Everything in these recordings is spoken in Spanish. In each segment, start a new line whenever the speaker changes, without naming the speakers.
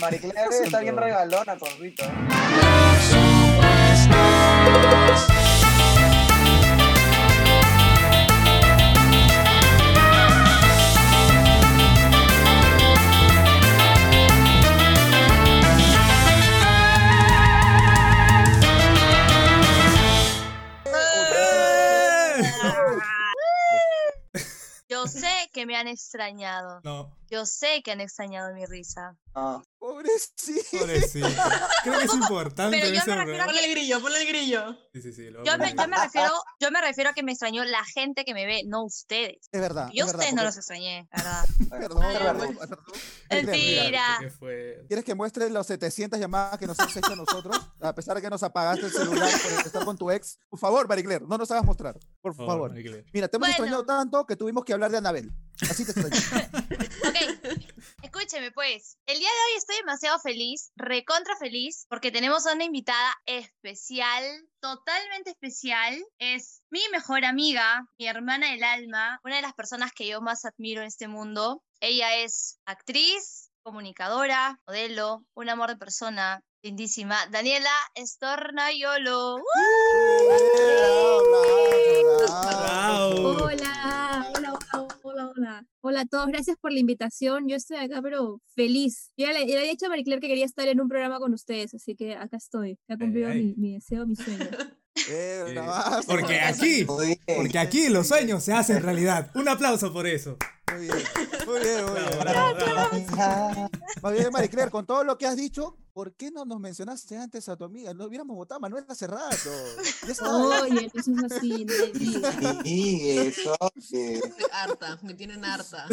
Marie Claire debe estar bien regalona ¿eh? con Rita.
Yo sé que me han extrañado.
No,
Yo sé que han extrañado mi risa.
Ah.
Pobrecito.
pobrecito. Creo que es importante
Pero yo
ese
me refiero a
programa.
Ponle el grillo, ponle el grillo.
Sí, sí, sí. lo
Yo me,
vamos a
yo me refiero, yo me refiero a que me extrañó la gente que me ve, no ustedes.
Es verdad.
Yo a
Ah, es verdad,
ustedes no los
porque-
extrañé, la ¿verdad?
Perdón,
Ay,
perdón,
bueno.
perdón.
olvidar,
Mentira.
porque fue-
¿Quieres que muestre los 700 llamadas que nos has hecho a nosotros? A pesar de que nos apagaste el celular por estar con tu ex. Por favor, Maricler, no nos hagas mostrar. Por
Por
favor.
favor, Michael.
Mira, te hemos
Bueno.
extrañado tanto que tuvimos que hablar de Anabel. Así te extrañé.
Ok, escúcheme pues. El día de hoy estoy demasiado feliz, recontra feliz, porque tenemos a una invitada especial, totalmente especial. Es mi mejor amiga, mi hermana del alma, una de las personas que yo más admiro en este mundo. Ella es actriz, comunicadora, modelo, un amor de persona. Lindísima. Daniela Estornayolo. ¡Uh!
Wow.
Hola, hola, hola, hola, hola. Hola a todos, gracias por la invitación. Yo estoy acá, pero feliz. Yo ya le, ya le he dicho a Marie Claire que quería estar en un programa con ustedes, así que acá estoy. Ya cumplido
ay.
mi, mi deseo, mi sueño.
Eh,
Eh,
bravazo.
Porque aquí,
Muy bien.
porque aquí los sueños se hacen realidad. Un aplauso por eso.
Muy bien, muy bien, muy
Bravo,
bien.
bravo, bravo.
Ah,
Más bien, Maricler, con todo lo que has dicho, ¿por qué no nos mencionaste antes a tu amiga? No hubiéramos votado a Manuel hace rato. Ya está.
Oye, eso es así, no le digas.
Sí, eso. sí.
Harta, me tienen harta.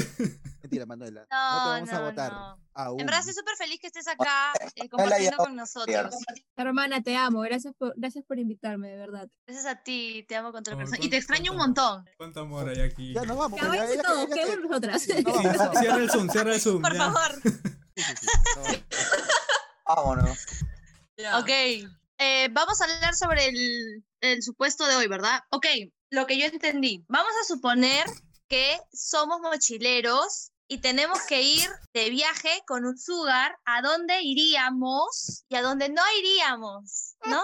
Mentira, Manuela. No,
No,
te vamos a
no,
votar.
no.
Aún.
En verdad estoy súper feliz que estés acá eh,
ya
compartiendo con nosotros.
Hermana, te amo. Gracias por, gracias por invitarme, de verdad.
Gracias a ti, te amo con todo el
Por
corazón. Y te
cuánto-
extraño un
cuánto
montón.
Cuánto amor hay aquí.
Ya nos vamos.
Que
pues, ya-
avance
ya-
todo,
ya-
que con nosotras.
Sí, no, vamos.
Sí, Cierra el Zoom, cierra el Zoom.
Por
ya.
favor.
Sí, sí, sí.
Vámonos.
Ya.
Ok. Eh, vamos a hablar sobre el, el supuesto de hoy, ¿verdad? Ok, lo que yo entendí. Vamos a suponer que somos mochileros y tenemos que ir de viaje con un sugar. ¿A dónde iríamos y a dónde no iríamos? ¿No?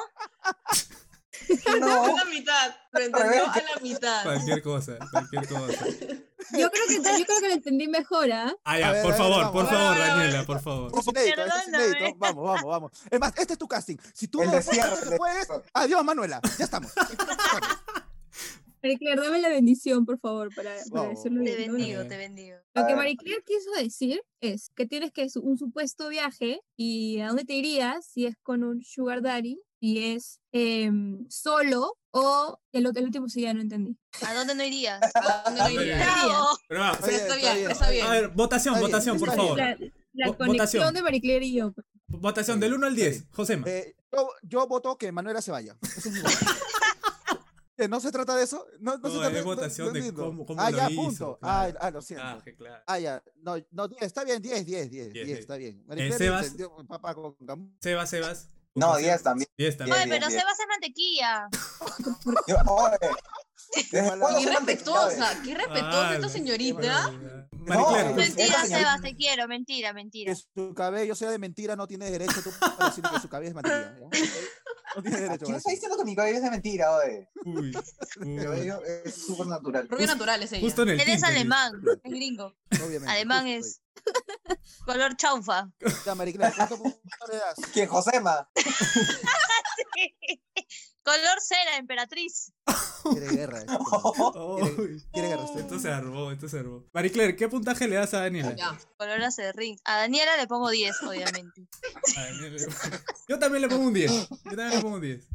No.
A la mitad, lo entendió a la mitad.
Cualquier cosa, cualquier cosa.
Yo creo que, yo creo que lo entendí mejor, ¿ah?
Ah,
A
ya,
ver,
por
a ver,
favor,
vamos.
por
A ver,
favor,
a ver, a ver.
Daniela, por favor.
Es inédito, este es
Perdóname.
inédito. Vamos, vamos, vamos. Es más, este es tu casting. Si tú
El
no
de
votas
cierre,
lo
el
que
de
puedes,
cierre.
adiós, Manuela. Ya estamos.
Marie Claire, dame la bendición, por favor, para, para
Vamos.
decirlo
Te
bien. ¿no?
bendigo,
bien.
te bendigo.
Lo
A
que
ver.
Marie Claire quiso decir es que tienes que su- un supuesto viaje y a dónde te irías si es con un sugar daddy, si es em, solo o el, ot- el último sí ya no entendí.
¿A dónde no irías?
¿A dónde lo iría?
¡Bravo!
Pero
Está
vamos.
bien,
Está
está
bien,
bien.
está
A
bien.
ver, votación,
Está bien,
votación, por
está
favor.
La, la
Vo-
conexión
votación.
de Marie Claire y yo. pues.
Votación del 1 al 10. Josema.
Eh, yo, yo voto que Manuela se vaya. Ese es mi voto. Que no se trata de eso. No, no
No,
se trata
es
no-
votación
no
de
entiendo.
cómo- cómo
ah,
lo
ya,
hizo,
punto.
claro.
Ah, ah, lo siento.
Ah, que claro.
Ah, ya. No, no, 10, está bien, 10, 10, 10,
10,
10, está bien.
Eh,
María
Sebas.
papá con Camus.
Sebas, Sebas.
No,
Votación.
10 también.
10
Oye,
también.
Bien,
pero
bien,
Sebas es mantequilla.
Yo, oye. ¿Desde
Qué
cuándo
Qué
son
respetuosa, qué
Ah,
respetuosa esta
la-
señorita.
Maricler,
No,
tú-
es-
Mentira,
Sebas,
Sebas, te quiero. Mentira, mentira.
Que su cabello sea de mentira, no tiene derecho tú para decir que su cabello es mentira. ¿no? No tiene derecho.
¿Quién
para
está
decir.
diciendo que mi cabello es de mentira, oye?
uy,
Mi
uy.
cabello es súper natural.
Rubia natural es ella.
Justo en el
Él es
tinte,
alemán, es gringo.
Obviamente.
Alemán
justo,
es color chaufa.
pues. Ya, María Clara, ¿cuántos puntos le das?
¿Quién, Josema?
color cera, emperatriz.
Quiere guerra. este man.
dice. Uy,
Quiere guerra. este
Esto se armó, esto se armó. Maricler, ¿qué puntaje le das a Daniela?
Ya.
Color acerrín. A Daniela le pongo 10, obviamente.
A Daniela le- Yo también le pongo un 10. Yo también le pongo un 10.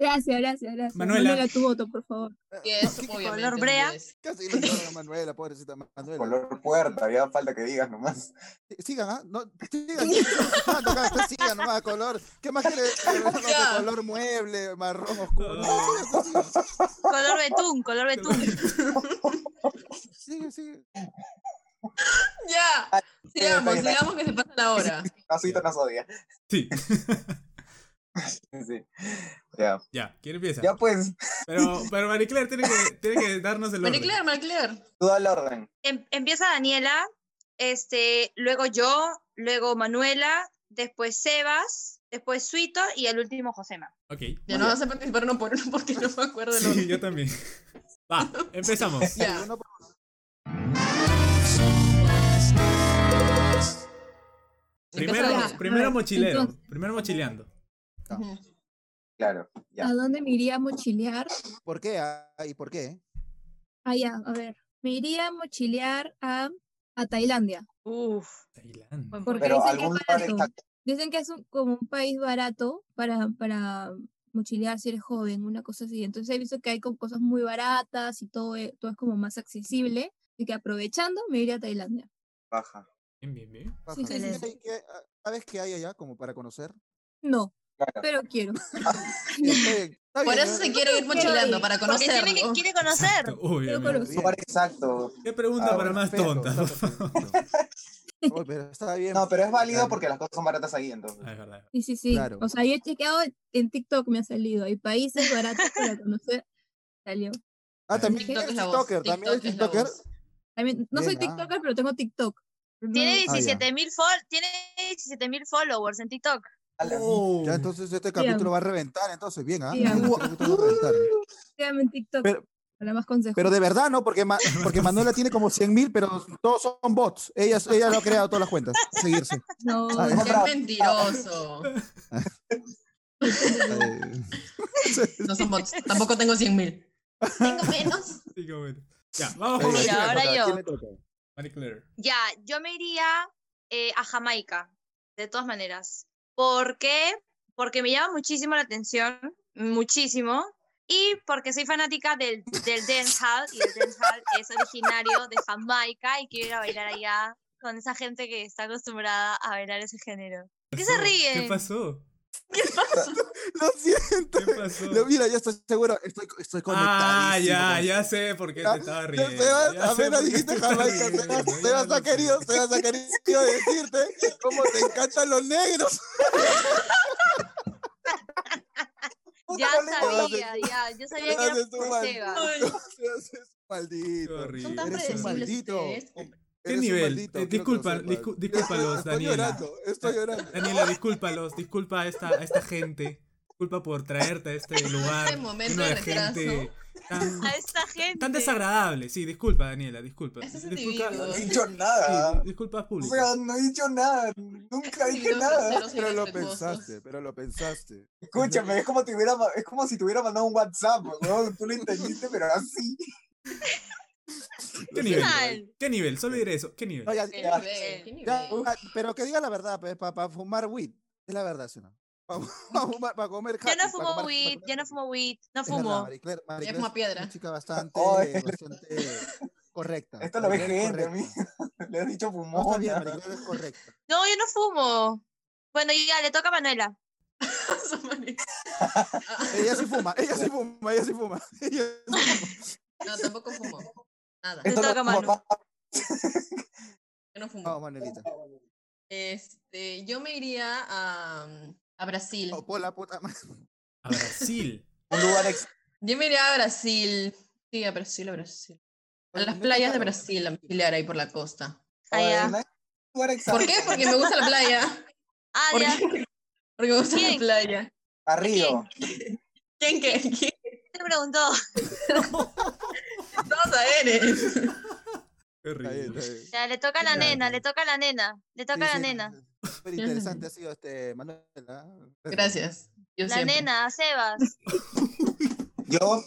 Gracias, gracias, gracias.
Manuela.
tu voto, por favor.
Eh,
Yes, obviamente.
color brea?
yes.
Casi le llora a Manuela, pobrecita Manuela.
Color puerta, había falta que digas nomás.
Sigan, ¿ah? No, sigan. Ah, no, acá, ustedes sigan nomás, color. ¿Qué más quiere?
Ya.
Color mueble, marrón oscuro. No, sigan, sigan,
Color betún, color betún.
sigan, sigan.
Ya.
está
Sigamos,
bien, está
sigamos que se pasa la hora.
Así nos odia.
Sí,
Sí. Ya.
ya, ¿quién empieza?
Ya pues,
Pero, pero Maricler tiene que, tiene que darnos el
Marie
orden.
Claire, Marie Claire.
tú da el orden.
Em- empieza Daniela este, luego yo, luego Manuela, después Sebas, después Suito y el último Josema.
Ok.
Ya no vas a participar uno por uno porque no me acuerdo el
Sí,
orden.
yo también. Va, empezamos.
Ya.
Uno por-
Primero,
Empieza Daniel.
primero
A ver,
mochilero.
entonces.
Primero mochileando.
Ujú.
Claro. Ya.
¿A dónde me iría a mochilear?
¿Por qué? ah? ¿Y por qué?
Ah, ya, a ver. Me iría a mochilear a, a Tailandia.
Uf,
Tailandia.
buen
Porque
Pero
dicen que
algún
es
lugar
barato.
exacto.
Dicen que es un- como un país barato para, para mochilear si eres joven, una cosa así. Entonces he visto que hay como cosas muy baratas y todo, e- todo es como más accesible. Así que aprovechando, me iría a Tailandia.
Baja.
Bien, bien, bien.
Baja.
Sí, sí,
¿Qué
sí.
hay- qué- ah, ¿Sabes qué hay allá como para conocer?
No,
Claro.
pero quiero.
Está bien, está
Por
bien,
eso
yo-
se quiere ir
Quiero
mochileando,
ir,
para
Porque
conocerlo.
tiene que, quiere conocer.
Exacto, obviamente.
conocer.
Lugar exacto.
Qué pregunta
Ah,
para
bueno,
más
Pero,
tonta, por
está
favor.
perfecto. Oye, pero está bien.
No, pero es válido
Claro.
porque las cosas son baratas ahí, entonces.
Ah, es verdad.
Sí, sí, sí.
Claro.
O sea, yo he chequeado en TikTok, me ha salido. Hay países baratos para conocer. Salió.
Ah, también
TikTok
eres
es la voz.
TikToker, también eres
TikTok es la
TikToker.
voz.
También, no soy
Bien, ah.
TikToker, pero tengo TikTok. No-
Tiene
ya.
17 mil followers en TikTok.
Ala.
Oh.
Ya entonces este
Bien.
capítulo va a reventar, entonces bien, ¿ah?
Bien.
Este capítulo va a reventar.
Síganme en TikTok
Pero-
para más consejos.
Pero de verdad, ¿no? Porque, Ma- porque Manuela tiene como 100 mil, pero todos son bots. Ella, ella lo ha creado todas las cuentas. Seguirse.
no,
Ah,
Qué
Bravo.
mentiroso.
Eh,
No son bots. Tampoco tengo 100 mil.
Tengo menos.
Sí, qué bueno. Ya, vamos
eh,
con
Mira,
Marie
¿quién le toca?
ahora yo.
¿Quién le toca?
Marie Claire.
Ya, yo me iría eh, a Jamaica, de todas maneras. ¿Por qué? Porque me llama muchísimo la atención, muchísimo, y porque soy fanática del, del dancehall, y el dancehall es originario de Jamaica, y quiero ir a bailar allá con esa gente que está acostumbrada a bailar ese género. ¿Qué se
¿Qué
ríen?
pasó?
Lo siento.
¿Qué pasó?
Lo- mira, ya estoy seguro. Estoy, estoy conectadísimo.
Ah, ya, ya sé por qué
Ya,
te estaba
Ya,
riendo.
Sebas,
Ya sé
apenas
por qué
dijiste
te estaba
Jamaica,
riendo,
Sebas,
ya
Sebas
lo
ha
sé.
querido, Sebas ha querido decirte cómo te encantan los negros.
Puta,
Ya
no le jodas,
sabía, ya, yo sabía que era
Sebas, tú,
por
man.
Sebas.
Sebas es un
Qué
maldito.
horrible.
Son tan
Eres un
predecibles
maldito.
ustedes.
¿Qué
Eres un
nivel?
maldito, quiero
Eh,
que lo
disculpa,
sepas.
discu- discúlpalos,
Estoy
Daniela.
llorando, estoy llorando.
Daniela, discúlpalos, disculpa a esta, a esta gente. Disculpa por traerte a este lugar.
momento
lleno
de
de
retraso.
gente tan,
A esta gente.
tan desagradable. Sí, disculpa, Daniela, disculpa.
A estos
No he
Disculpa,
individuos.
dicho nada.
Ah.
sí, disculpa
O
pública.
sea, no he dicho nada. Nunca dije
Individuos
nada.
groseros y
Pero lo
irrespetuosos.
pensaste, pero lo pensaste.
Escúchame, es como, te hubiera, ma- es como si te hubiera mandado un WhatsApp, weón. Tú lo entendiste, pero así.
¿Qué nivel?
Mal.
¿Qué nivel? Solo diré eso. ¿Qué nivel?
No, ya-
Qué
Ya,
nivel, qué
ya,
nivel.
ah, pero que diga la verdad, pues, para fumar weed. Es la verdad, ¿sí o no? Para fumar, para comer
Yo
happy, pa'
no fumo
comer- pa'
weed,
comer
yo no
happy.
fumo weed, no
Es verdad,
fumo.
Marie Claire- Marie
Ya
Claire
fuma
es
piedra.
Una chica bastante,
Oh, es verdad.
bastante correcta.
Esto lo ve
Marie Claire es
gente,
correcta.
Le has dicho
No está bien,
fumona.
Marie Claire es correcta.
No, yo no fumo. Bueno, ya le toca a Manuela.
Ah,
Ella sí fuma, ella sí fuma, ella sí fuma. Ella sí
No, tampoco fumo. Nada.
Te
Esto lo
toca, Manu.
fumaba.
Yo no
fuma. No,
fumo.
Manuelita.
Este, yo me iría a, um, a Brasil.
Oh, por la puta madre.
A Brasil.
Un lugar ex-
Yo me iría a Brasil. Sí, a Brasil, a Brasil. A
Oye,
las
no
playas de
tocaron.
Brasil, a mochilear ahí por la costa.
Allá.
Ay, no hay lugar
¿Por
exacto.
qué? Porque me gusta la playa.
Ah,
Porque,
ya.
porque me gusta la
¿Quién?
playa.
A Río.
¿Quién qué? ¿Quién?
Te preguntó.
Todos a eh. eres.
Qué
Está bien,
horrible.
está bien.
Ya, le toca a la
Ya.
nena, le toca a la nena, le toca
Sí,
a la
sí,
nena.
sí. Súper interesante ha sido este, Manuela.
Gracias. Yo
La
siempre.
nena, a Sebas.
Yo.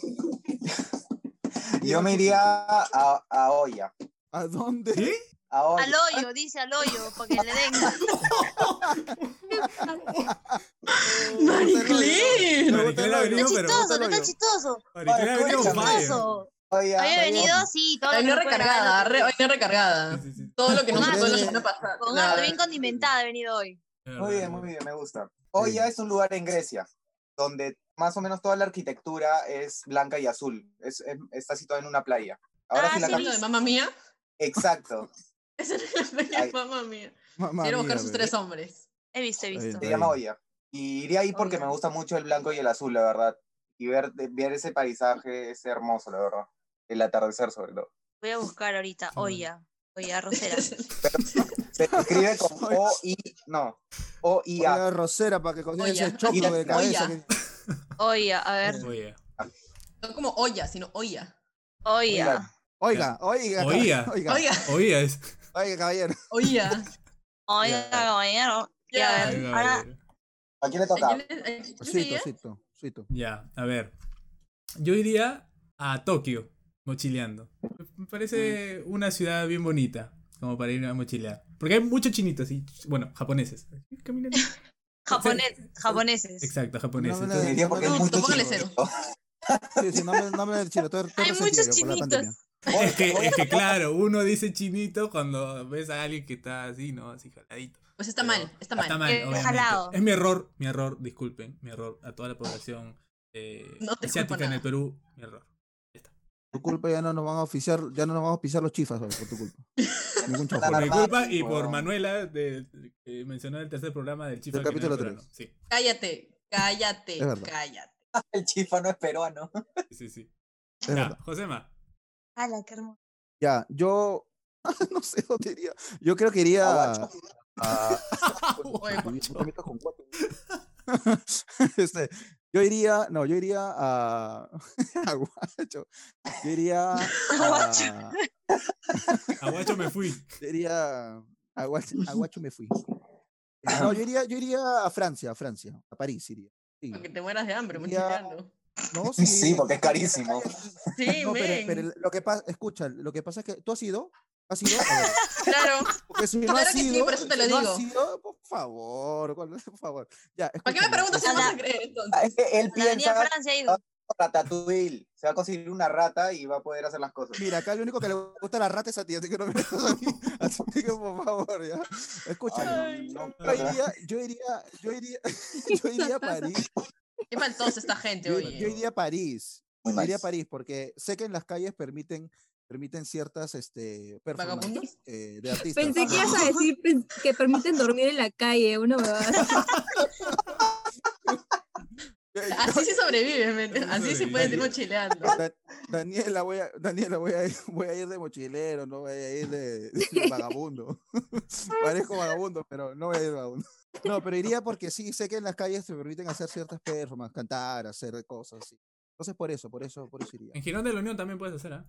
Yo me iría a, a Olla.
¿A dónde?
¿Qué?
A Olla.
Al hoyo, dice al hoyo, porque le den.
Oh,
Marie
Bótalo,
Claire.
bótalo,
Marie Claire
bótalo.
ha
Está
venido,
Bótalo
chistoso, no
pero-
está
yo.
chistoso.
Mariquera
Ay,
ha venido
escucha,
fire.
Chistoso.
Olla,
Había
está bien.
venido, sí, todo
Hoy
lo
no
que se puede grabar,
recargada,
lo
re-
que-
hoy no recargada.
Sí, sí, sí.
Todo lo que no
Con
se pudo la
arte.
semana pasada.
Con
la-
arte, bien condimentada ha venido hoy.
Muy bien, muy bien, me gusta.
Sí.
Olla es un lugar en Grecia, donde más o menos toda la arquitectura es blanca y azul. Es, es- está situada en una playa. Ahora
Ah,
sí la
sí,
¿Estás hablando
cam-
de mamá mía?
Exacto.
Esa es la playa de
Ay.
mamá mía.
Mamá
Quiero buscar
mía,
sus
bebé.
tres hombres.
He visto, he
Está
visto.
Se
bien.
llama Olla. Y iría ahí porque
Olla.
me gusta mucho el blanco y el azul, la verdad. Y ver, ver ese paisaje es hermoso, la verdad. El atardecer sobre todo.
Voy a buscar ahorita,
Qué bueno.
olla. Oye, Rosera.
Se escribe con O y no. O y A.
Oiga, Rosera, para que consiga ese
Olla.
choco de
Olla.
cabeza. que-
Oye, a ver.
Oye.
No como olla, sino olla.
Oye.
Oiga.
Oiga, oiga,
Oiga.
cab- oiga,
Oiga,
Oye, es.
oiga, caballero.
olla.
Oye,
Ya.
oye. Ya, a ver.
Ay,
Ahora,
caballero.
¿A quién le
¿A
toca?
quién le- a quién
Suito,
seguía?
suito, suito.
Ya, a ver. Yo iría a Tokio, mochileando. Me
Mm.
parece una ciudad bien bonita, como para ir a mochilear. Porque hay muchos chinitos y, bueno, japoneses. Caminando.
Japonés, japoneses.
Exacto, japoneses.
No me la-
Entonces,
Diría porque
No,
es mucho
póngale
chino.
Sí, sí, no me, no me del chino, todo, todo
Hay
resentido
muchos
por la
chinitos.
pandemia.
es, que, es que, claro, uno dice chinito cuando ves a alguien que está así, ¿no? Así jaladito.
Pues está mal, está mal.
Está mal,
Eh,
obviamente.
jalado.
Es mi error, mi error, disculpen, mi error a toda la población eh,
No te
asiática
culpo
en
nada.
el Perú, mi error.
Por tu culpa ya no nos van a oficiar, ya no nos van a oficiar los chifas, oye, por tu culpa. Ningún chofer.
Por mi
Normal,
culpa y por
weón.
Manuela, de, que mencionó en el tercer programa del Chifa.
Del
que no
capítulo
es peruano.
tres.
Sí,
Cállate, cállate,
Es verdad.
cállate.
El chifa no es peruano.
sí, sí.
Es
Ya,
verdad.
Josema.
Ala, qué hermoso.
Ya, yo no sé dónde iría. Yo creo que iría a,
Aguacho. Ah,
Oye,
Uy, puta, me estás con cuatro. Este, yo iría, no, yo iría a a Guacho. Yo iría
A Guacho.
a,
Aguacho me fui.
yo iría a Guacho, a Guacho me fui. Eh, No, yo iría, yo iría a Francia, a Francia, a París iría. Sí.
Porque te mueras de hambre,
Ya.
mochileando.
No,
Sí, porque es carísimo.
Sí,
No, pero,
men.
pero lo que pasa, escucha, lo que pasa es que tú has ido, has ido. A ver,
Claro.
Porque si no
Claro
has
que sí,
ido,
por eso te lo
si no has
digo.
ido, por favor, con- por favor. Ya,
¿Para qué
escúchame,
me preguntas si
es-
no vas a creer entonces?
Es que él
La avenida
piensa
Francia ha ido.
ratatouille. Se va a conseguir una rata y va a poder hacer las cosas.
Mira, acá el único que le gusta la rata es a ti, así que no me gusta a mí. Así que por favor, ya. Escúchame.
Ay, no, no,
Yo
no, no.
iría, yo iría, yo iría, yo iría a París.
Qué faltosa esta gente,
Yo,
oye.
yo iría a París.
Muy
Yo iría a
nice.
París porque sé que en las calles permiten permiten ciertas este
¿Vagabundos?
performances eh, de artistas.
Pensé que ibas a decir pens- que permiten dormir en la calle, una huevada así.
Yo- yo-
Así sí sobrevives, men.
Así
Así sí
sobrevives.
puedes ir mochileando.
Da- Daniela, voy a, Daniela voy, a ir, voy a ir de mochilero, no voy a ir de, de vagabundo. Parezco vagabundo, pero no voy a ir de vagabundo. No, pero iría porque sí, sé que en las calles te permiten hacer ciertas performances, cantar, hacer cosas así. Entonces por eso, por eso, por eso iría.
En Girón de la Unión también puedes hacer, ¿ah?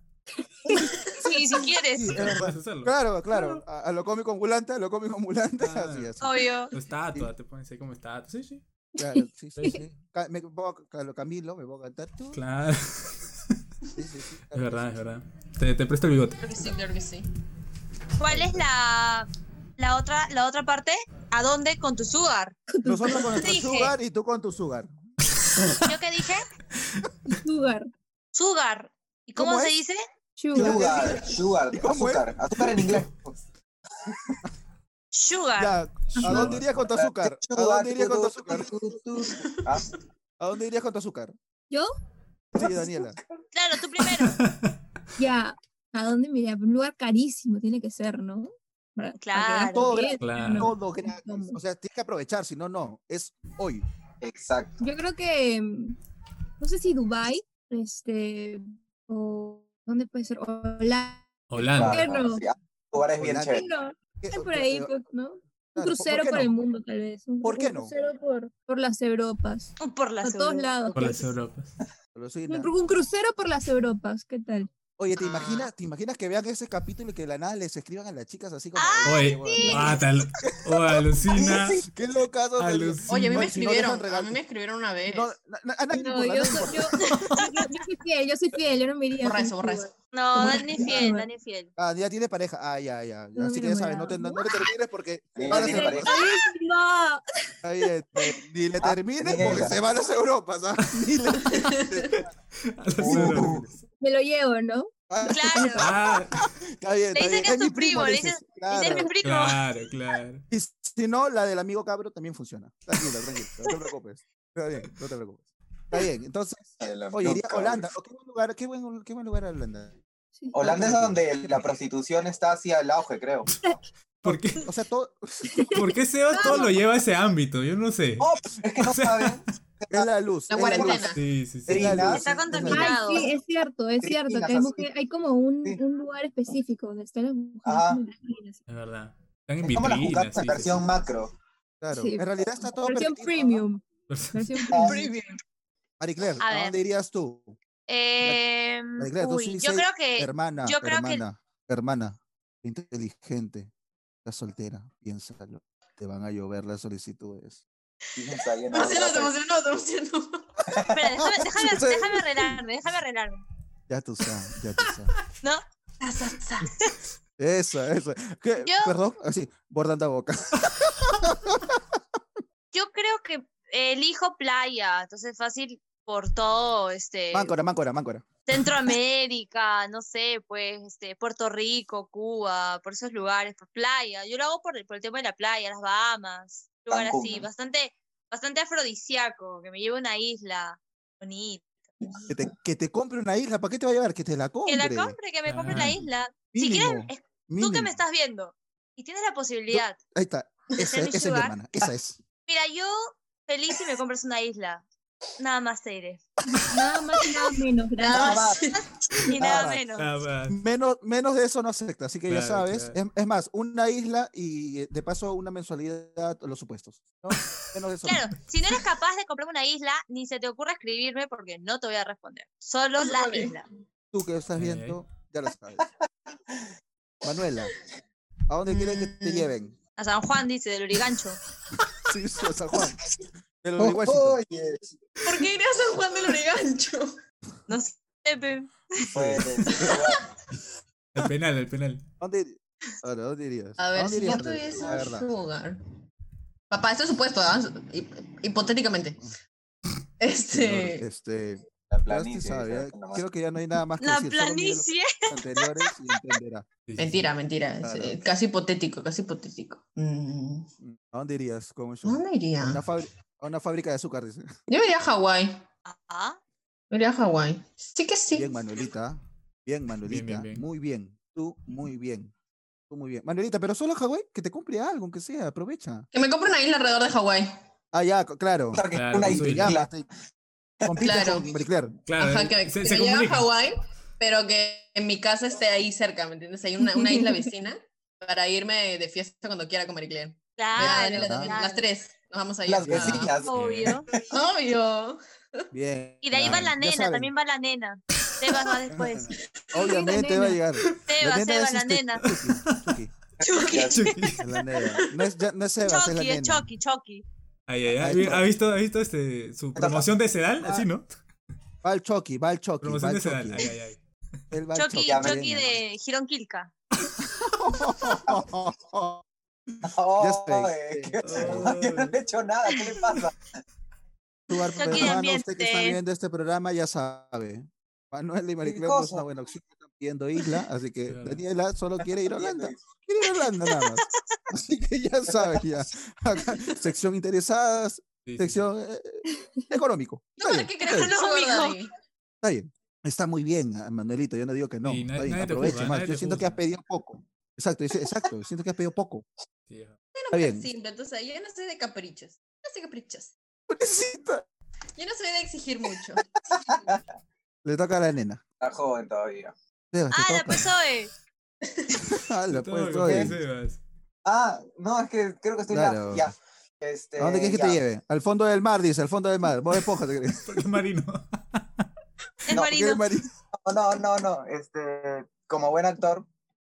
Sí, si quieres.
Sí, es verdad.
Puedes hacerlo.
Claro, claro, a, a lo cómico ambulante, a lo cómico ambulante,
Claro.
así es.
Obvio.
O estatua, te pones ahí como estatua. Sí, sí.
Claro, sí, sí,
Sí.
sí. Ca- Me pongo a ca- a lo Camilo, me voy a cantar tú.
Claro.
Sí, sí, sí,
Es
claro que
verdad,
sí.
es verdad. Te, te presto el bigote.
Claro que sí, claro que sí.
¿Cuál es la, la, otra, la otra parte? ¿A dónde con tu sugar?
Nosotros con nuestro
Dije.
sugar y tú con tu sugar.
¿Yo qué dije?
Sugar.
Sugar. ¿Y cómo,
¿Cómo
se
es?
dice?
Sugar.
Sugar, sugar,
¿Cómo es?
azúcar, azúcar en inglés.
Sugar.
Ya, ¿a dónde
Sugar.
irías con tu azúcar? ¿A
Sugar,
dónde irías con tu
tu,
azúcar?
tu, tu, tu. Ah,
¿A dónde irías con tu azúcar?
¿Yo? pues,
Sí, Daniela.
Claro, tú primero.
Ya. ¿A dónde me iría? Un lugar carísimo tiene que ser, ¿no? Para- para
Claro.
quedar
Todo
bien,
gratis,
Claro.
¿no?
Todo gratis.
Vamos.
O sea, tienes que aprovechar, si no, no. Es hoy.
Exacto.
Yo creo que mm, no sé si Dubai, este o dónde puede ser Holanda,
Holanda.
Claro. no?
sí, ah, lugares bien
Holanda.
chéveres.
no,
¿Qué-
por ahí,
eh,
pues, ¿no? Un
claro, ¿por-
crucero
por
por,
qué
el
no?
mundo tal vez, un,
¿Por qué
un
no?
crucero por, por las Europas,
Por la
por todos
segunda.
lados.
Por las Europas.
Pero sí,
Un,
na-
un crucero por las Europas, ¿qué tal?
Oye, ¿te
Ah.
imaginas, ¿te imaginas que vean ese capítulo y que de la nada les escriban a las chicas así como...
Ah,
Oye, mátalo. O oh, alucina.
¡Qué locazo!
Alucina.
Oye, a mí me
Oye, si no dejan
escribieron, a
regalo.
mí me escribieron una vez.
No, na- na- a nadie le
No,
importa, a
yo
nadie le
soy,
importa.
yo, yo, yo soy fiel, yo soy fiel, yo no me iría.
Borra
con
eso, borra
Cuba.
eso.
No,
Como
Dani
que-
fiel, Dani fiel.
Ah, ya tiene pareja. Ah, ya, ya.
No,
Así
mi
que ya sabes, no, te, no,
enamorado.
no le termines porque
Sí,
van a
sí,
ser
sí.
pareja.
No,
Está bien, te- ni le
Ah,
termines
mierda.
porque se van a las Europas. ¿ah? Ni le-
A las
Uh.
Europas.
me lo llevo, ¿no?
Ah,
Claro.
Ah,
Está bien,
Le
está
dicen
bien.
que es
mi
tu primo, le
dices.
dicen- Ese es
Claro.
mi primo.
claro, claro.
Y si no, la del amigo cabro también funciona. Tranquilo, tranquilo, no te preocupes. Está bien, no te preocupes. Está bien, entonces, oye, iría a Holanda. Oh, qué buen lugar, qué buen, qué buen lugar Holanda.
Sí.
Holanda es donde la prostitución está hacia el auge, creo.
¿Por qué,
O sea, todo,
¿Por qué Sebas todo lo lleva a ese ámbito? Yo no sé.
Oh, es que no
O sea,
saben.
Es la luz.
La
es luz.
cuarentena.
Sí, sí, sí.
Es la
Está
luz,
Está
es la luz.
contaminada.
Ay, sí, es cierto, es
Sí,
cierto.
las
que hay,
azules.
mujer- hay como un,
Sí.
un lugar específico donde están las mujeres.
Ajá.
con las vitrinas.
Es verdad. Están en
Es como la
vitrinas.
jugada
sí, sí,
en versión
sí.
macro.
Claro.
Sí.
En realidad está todo
Versión
permitido, ¿no?
premium. Versión
Ah,
premium.
Marie Claire,
A
¿a,
ver.
dónde irías tú?
Eh,
Claire, tú
uy,
sí
yo
sé-
creo que
hermana,
Eh, yo creo que-
hermana, hermana, inteligente, estás soltera, piénsalo. Te van a llover las solicitudes.
Piensa, ya no vas a
Marcelo, te
hacer.
emocionó, te emocionó.
Espera, déjame, déjame,
Sí.
déjame arreglarme, déjame arreglarme.
Ya tú sabes, ya tú sabes.
Sa, sa, sa.
Eso, eso. ¿Qué?
Yo-
Perdón, así, bordando boca.
Yo creo que elijo playa, entonces fácil por todo, este,
Máncora, máncora, máncora.
Centroamérica, no sé, pues, este, Puerto Rico, Cuba, por esos lugares, por playa. Yo lo hago por, el- por el tema de la playa, las Bahamas, un lugar
Cancún,
así,
¿no?
bastante, bastante afrodisíaco, que me lleve a una isla bonita.
Que te, que te compre una isla, ¿para qué te va a llevar? Que te la compre.
Que la compre, que me compre la
Claro.
isla. si
Ah, Mínimo,
quieres, es- tú que
mínimo.
me estás viendo y tienes la posibilidad.
Ahí está. Esa,
mi
es- esa es mi
sugar.
hermana, esa es.
Mira, yo feliz si me compras una isla. Nada más te diré.
Nada más y nada menos.
Nada
Gracias.
más.
Y nada
Ah,
menos.
Ah, va.
Menos, menos de eso no acepta, así que ya
Claro,
sabes.
claro.
Es, es más, una isla y eh, de paso una mensualidad, los supuestos. ¿no? Menos de eso. no.
Claro, si no eres capaz de comprarme una isla, ni se te ocurra escribirme porque no te voy a responder. Solo la
Vale.
isla.
Tú que estás
Ay, ay.
viendo, ya lo sabes. Manuela, ¿a dónde quieres que te
Mm.
lleven?
A San Juan dice del Origancho.
Sí, sí, a San Juan. De los de Washington.
Oye,
¿Por qué iría a San Juan del Origancho?
No sé. pe.
pues,
El penal, el penal.
¿A ¿Dónde, ir- Ahora, ¿a dónde irías?
A ver,
dónde
si
irías,
yo
Manuela?
tuviese
La verdad.
un sugar. Papá, esto es supuesto, ¿ah? Hip- hipotéticamente.
Mm. Señor,
Este.
Este,
la
ya
planicie.
usted
ya
sabe,
sabes,
ya-
nada más.
creo que ya no hay nada más que
La
decir. solo mire los
planicie.
anteriores y entenderá.
Sí, sí, sí.
Mentira, mentira. es,
Claro.
eh, Casi hipotético, casi hipotético. Mm,
¿A dónde irías? Con un
¿A
sugar?
dónde iría?
A una, fabri- a una fábrica de azúcar, dice.
Yo iría a Hawái.
Ah,
Yo iría a Hawái. Sí que sí.
Bien, Manuelita. Bien, Manuelita.
bien.
Muy bien. Tú, muy bien. Tú, muy bien. Manuelita, pero solo Hawái, que te compre algo, aunque sea, aprovecha.
Que me compre una isla alrededor de Hawái.
Ah, ya, c- claro.
Claro que
Claro,
una
sí.
isla.
Ya, basta. Compite
Claro.
con Marie Claire.
Claro,
Ajá, que me,
Ah, eh, se,
que
se
me lleve a
comunica.
Hawái, pero que en mi casa esté ahí cerca, ¿me entiendes? Hay una, una isla vecina para irme de fiesta cuando quiera con Marie Claire.
claro.
Mira, Daniela también,
claro.
Las tres. Nos vamos a ir.
Las
a-
vecinas.
Obvio.
Obvio.
Bien.
Y de ahí va la
Ya
nena,
saben,
también pues. va la nena. Sebas va después.
Obviamente va a llegar.
Sebas, Sebas, la
este-
nena.
Chucky, Chucky,
Chucky.
Ya,
es la nena. No es, ya- no es Sebas, es la
Chucky,
nena.
es Chucky, Chucky.
Ay, ay,
Ahí
ay.
está.
¿Ha visto, ha visto este, su promoción de Sedal? Así, ¿no?
Va el Chucky, va el Chucky. Va
Promoción
el
de Sedal.
Chucky.
Ay, ay, ay.
Él va al
Chucky,
ya me
Chucky
nena.
de Girón Quilca.
Ya sé.
Ay, ¿qué? Ay, no le he hecho nada, ¿qué le pasa?
Tu ar-
Chucky de
hermano, usted que está
ambiente.
viendo este programa ya sabe. Manuel y Maricleo no es
cosa?
una buena opción, están pidiendo isla, así que
Claro.
Daniela solo quiere ir a Holanda. Quiere ir a Holanda nada más. Así que ya sabes, ya. Acá, sección interesadas,
Sí, sí, sí.
sección eh, económico.
¿Tú
Está
para
bien,
qué
está
crees que
bien,
no
Cómico.
está bien. Está muy bien, ah, Manuelito, yo no digo que no.
Sí,
está
nadie-
bien,
nadie te
aprovecha.
juzga,
es más,
nadie
yo
te
siento que has
juzga.
pedido poco. Exacto, dice- exacto, siento que has pedido poco.
Sí, ajá.
Está bien.
Simple, entonces yo no soy de caprichos. Yo no soy caprichos.
Pobrecita.
Yo no soy de exigir mucho.
Le toca a la nena.
Está joven todavía.
Sebas, te
Ah, la
toca.
PSOE.
Ah, la
Todo
pues,
lo
todo
que
bien.
Sebas.
Ah, no, es que creo que estoy
Claro.
ya. ya. Este,
¿A dónde quieres que
ya.
te lleve? Al fondo del mar, dice, al fondo del mar. Vos esponja, te crees.
¿Por qué Marino?
Es
No,
Porque eres
marino.
mari-
No, no, no. Este, como buen actor,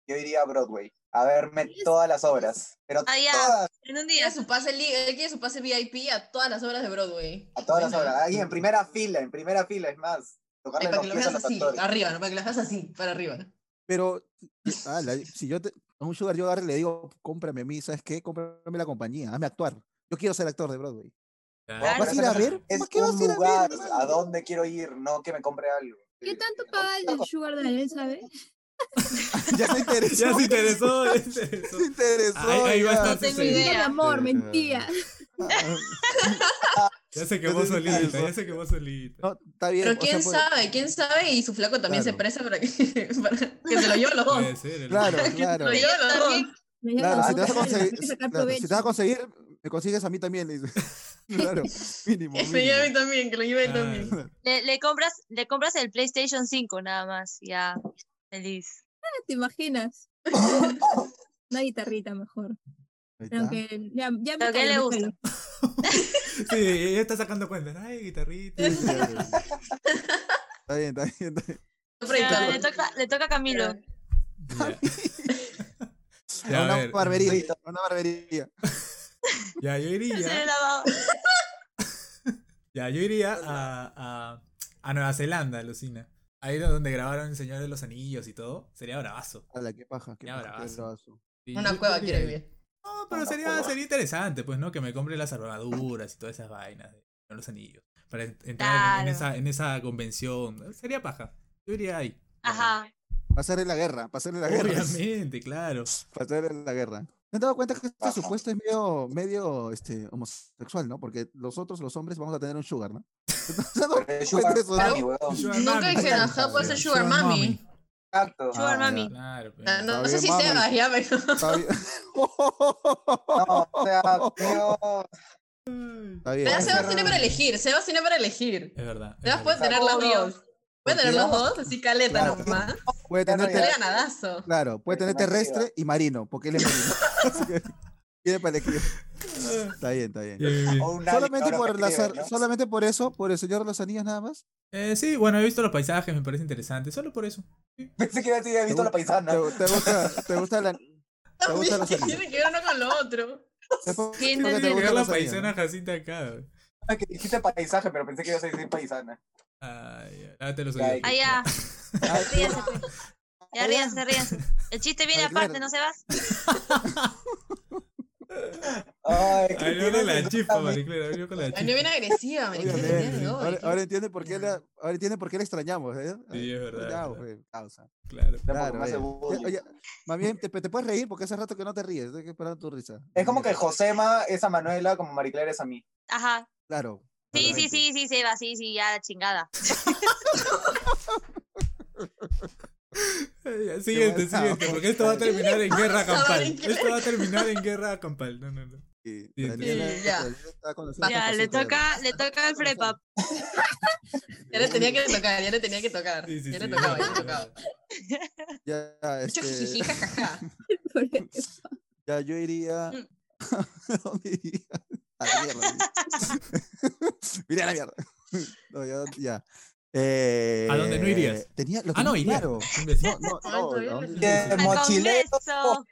yo iría a Broadway a verme todas las obras. Pero
Ah, ya.
todas,
En un
Quiere
día.
su pase, li- él quiere su pase VIP a todas las obras de Broadway.
a todas las
Bueno,
obras. Ahí en primera fila, en primera fila, es más.
ay,
Tocarle
para
los
que lo
pies a
veas
los
así,
actores.
arriba, ¿no? para que las veas así, para arriba.
Pero, ah, la- si yo te, a un sugar yo agarro y le digo, cómprame a mí, ¿sabes qué? Cómprame la compañía, hazme actuar. Yo quiero ser actor de Broadway.
Claro,
¿Vas a
pero
ir a
esa no-
ver?
Es
¿Qué vas
un
a ir a ver?
lugar
hermano?
a donde quiero ir, no que me compre algo.
¿Qué
Sí,
tanto
sí,
paga el del Sugar Daniel, sabe?
Ya se interesó.
Ya se interesó, ya se interesó.
se interesó.
este, Ahí- ahí va a
ya.
estar
No tengo
su
idea.
Sebas.
Mentira, mi amor,
Sí,
mentira.
Ah,
Ya se quemó
Ya se
solita,
interesó.
ya se quemó solita.
No, está bien.
Pero
o sea,
quién
pues,
sabe, quién sabe, y su flaco también se
Claro.
presa para que, para que se lo lleve a los dos.
Puede ser. el-
Claro, claro.
Lo lleve a los dos.
Me llama
Claro,
la
si te vas a
otra, le
conseguir,
tienes que sacar
claro, si te vas a
provecho.
conseguir, me consigues a mí también, le dice. Claro, mínimo.
Sí, a mí
mínimo.
también, que lo lleve él también.
Claro.
Le, le compras, le compras el PlayStation 5 nada más, ya. Feliz.
¿Te imaginas? Una guitarrita mejor.
Ahí está.
Aunque ya, ya me
Lo que
callo,
le
me
gusta.
callo.
Sí, ella está sacando cuentas. Ay, guitarrita.
Sí, sí, ya, pues. Está bien, está bien, está bien.
Ya,
Proyectador.
le, toca, le toca a Camilo.
Ya. Ya, a
Una
ver.
barbería, una barbería.
Ya, yo
Se le
iría.
lavaba.
Ya, yo iría a, a, a Nueva Zelanda, Lucina. Ahí es donde grabaron El Señor de los Anillos y todo. Sería bravazo.
A la que paja, qué
Ya,
paja, qué
bravazo.
bravazo.
Sí, yo-
Una
yo
cueva
iría
quiere
ahí.
vivir.
No, pero
Una
sería,
cueva.
sería interesante, pues, ¿no? Que me compre las armaduras y todas esas vainas de de los anillos. Para en- entrar en- en,
Claro.
esa, en esa convención. Sería paja. Yo iría ahí.
Ajá.
Pasarle la guerra, pasarle la guerra.
Obviamente, claro.
Pasarle la guerra. ¿No te has dado cuenta que este
Paja.
supuesto es medio, medio este, homosexual, no? Porque nosotros, los hombres, vamos a tener un sugar, ¿no? ¿Te has dado
Pero es
cuenta
Sugar
de eso, no?
Mami, weón.
Sugar
Nunca
mami.
dijeron,
"Ajá, puede
ser sugar mami".
Exacto.
Ah,
Sugar
ya.
Mami.
Claro, pues.
Ah, No, no- no sé
Está
si
bien,
Sebas,
mami.
ya, pero.
Está bien.
No, o sea, creo-
Está bien.
Pero
Puede
Sebas
ser-
tiene para elegir, Sebas tiene para elegir.
Es verdad. es
Sebas puede
verdad.
tener los
Obvio.
dos. Puede tener los
Porque
dos, así caleta
Claro.
nomás.
Puede tener,
Sale
Claro.
ter-
ganadazo.
claro, puede tener terrestre y marino, porque él es marino. Así que tiene para elegir. Está bien, está bien.
Bien, bien, bien.
o un alien,
Solamente
ahora
por,
que
la
creo,
zar-
¿no?
solamente por eso, por el Señor de los Anillos nada más.
Eh, sí, bueno, he visto los paisajes, me parece interesante. Solo por eso.
Pensé que iba a decir, he
¿Te
visto la
gu-
paisana.
¿Te, te gusta, te gusta la... ¿Te gustan los
También
anillos?
Tiene que ver uno con lo otro.
¿sabes por qué te
Sí, no,
Tiene
gustan
que ver la
los anillos,
paisana Jacinta acá. güey.
Ah, que dijiste paisaje, pero pensé que ibas a decir paisana.
Ay, ah, ya, lávate los
Ya,
oídos.
ya.
Allá.
no? Ah, sí.
Ríanse, pues. Ya ríanse, ríanse. El chiste viene
Ay, claro.
aparte, ¿no se vas?
Ay,
Ay,
que
no con la
tienes
chispa,
también.
Mariclera. Vino con la
Ay, no
chispa.
viene agresiva, me
Obviamente. ahora, ahora entiende por qué
Ya.
la, ahora entiende por qué la extrañamos, ¿eh?
Sí, es verdad,
Ya,
es verdad.
pues, causa.
Claro.
Ya, porque
Claro,
me hace
ya.
bullying.
Ya, oye, más bien te, te puedes reír porque hace rato que no te ríes, estoy esperando tu risa.
Es como que
Mira,
Josema es a Manuela, como Mariclera es a mí.
Ajá.
Claro.
Sí, sí,
claramente.
sí, sí, se va, sí, sí, ya la chingada.
Ay, ya, Siguiente,
buena
siguiente,
voz.
porque esto va a terminar en guerra
pasa,
campal.
Mariclera?
Esto va a terminar en guerra campal. No, no, no.
Sí,
Sí,
Daniela-
sí, ya.
Daniela está con los ojos
Ya, le
así, claro.
toca, le toca el prepa.
Ya le tenía que tocar, ya le tenía que tocar.
Sí, sí,
ya
sí.
le tocaba, ya le
es
tocaba.
verdad.
Ya, este,
Mucho jijiji, jajaja.
Porque-
ya yo iría.
Mm.
¿A dónde iría? A la mierda. Mira a la mierda. No, ya. ya. Eh,
¿A dónde no irías?
Tenía, lo
Ah, no,
tenía
iría.
claro.
Imbécil.
No, no,
Ay,
no,
todavía
¿a
pues,
dónde
me sale.
irías?
El
Al
mochilero.
Congreso.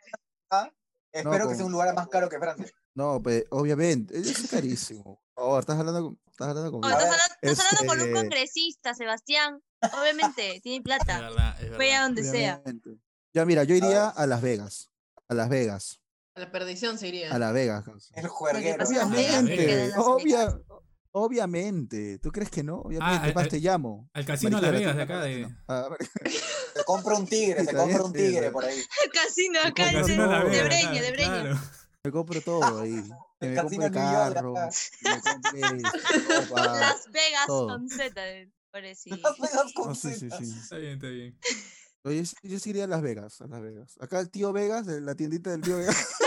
Espero que
con-
sea un lugar más caro que Francia.
No, pues, obviamente, eso es carísimo. Oh, estás hablando con, estás hablando con
Oh,
A
estás
ver,
hablando, estás hablando con un
este-
congresista, Sebastián. Obviamente, tiene
Es
plata.
verdad, es
Voy a
verdad.
donde sea.
obviamente. Ya mira, yo iría a Las Vegas, a Las Vegas,
A la perdición se iría.
a Las Vegas. Gonzo.
El juerguero.
Oye, pasa-
Vegas.
Obviamente,
Las
obvia, obviamente. ¿Tú crees que no? Obviamente,
ah,
más
ah,
te llamo.
Al casino de Las
Maricela,
Vegas de
tú
acá de.
también, ¿no? A ver,
Se compra un tigre, se
Está bien,
compra un
sí,
tigre
pero-
por ahí.
El casino acá,
Al
Claro,
dice,
casino de Las
no.
Vegas.
de Breña,
claro,
de Breña.
Claro.
me compro todo ahí. Que
El
me compro
casino
el
en New York,
carro,
acá.
me compre ropa.
Las Vegas
todo.
con Z, por sí.
Las Vegas con
No, sí, sí,
Z.
sí.
Está bien, está bien.
No, Yo, sí- yo sí iría a Las Vegas, a Las Vegas. Acá el tío Vegas, de la tiendita del tío Vegas.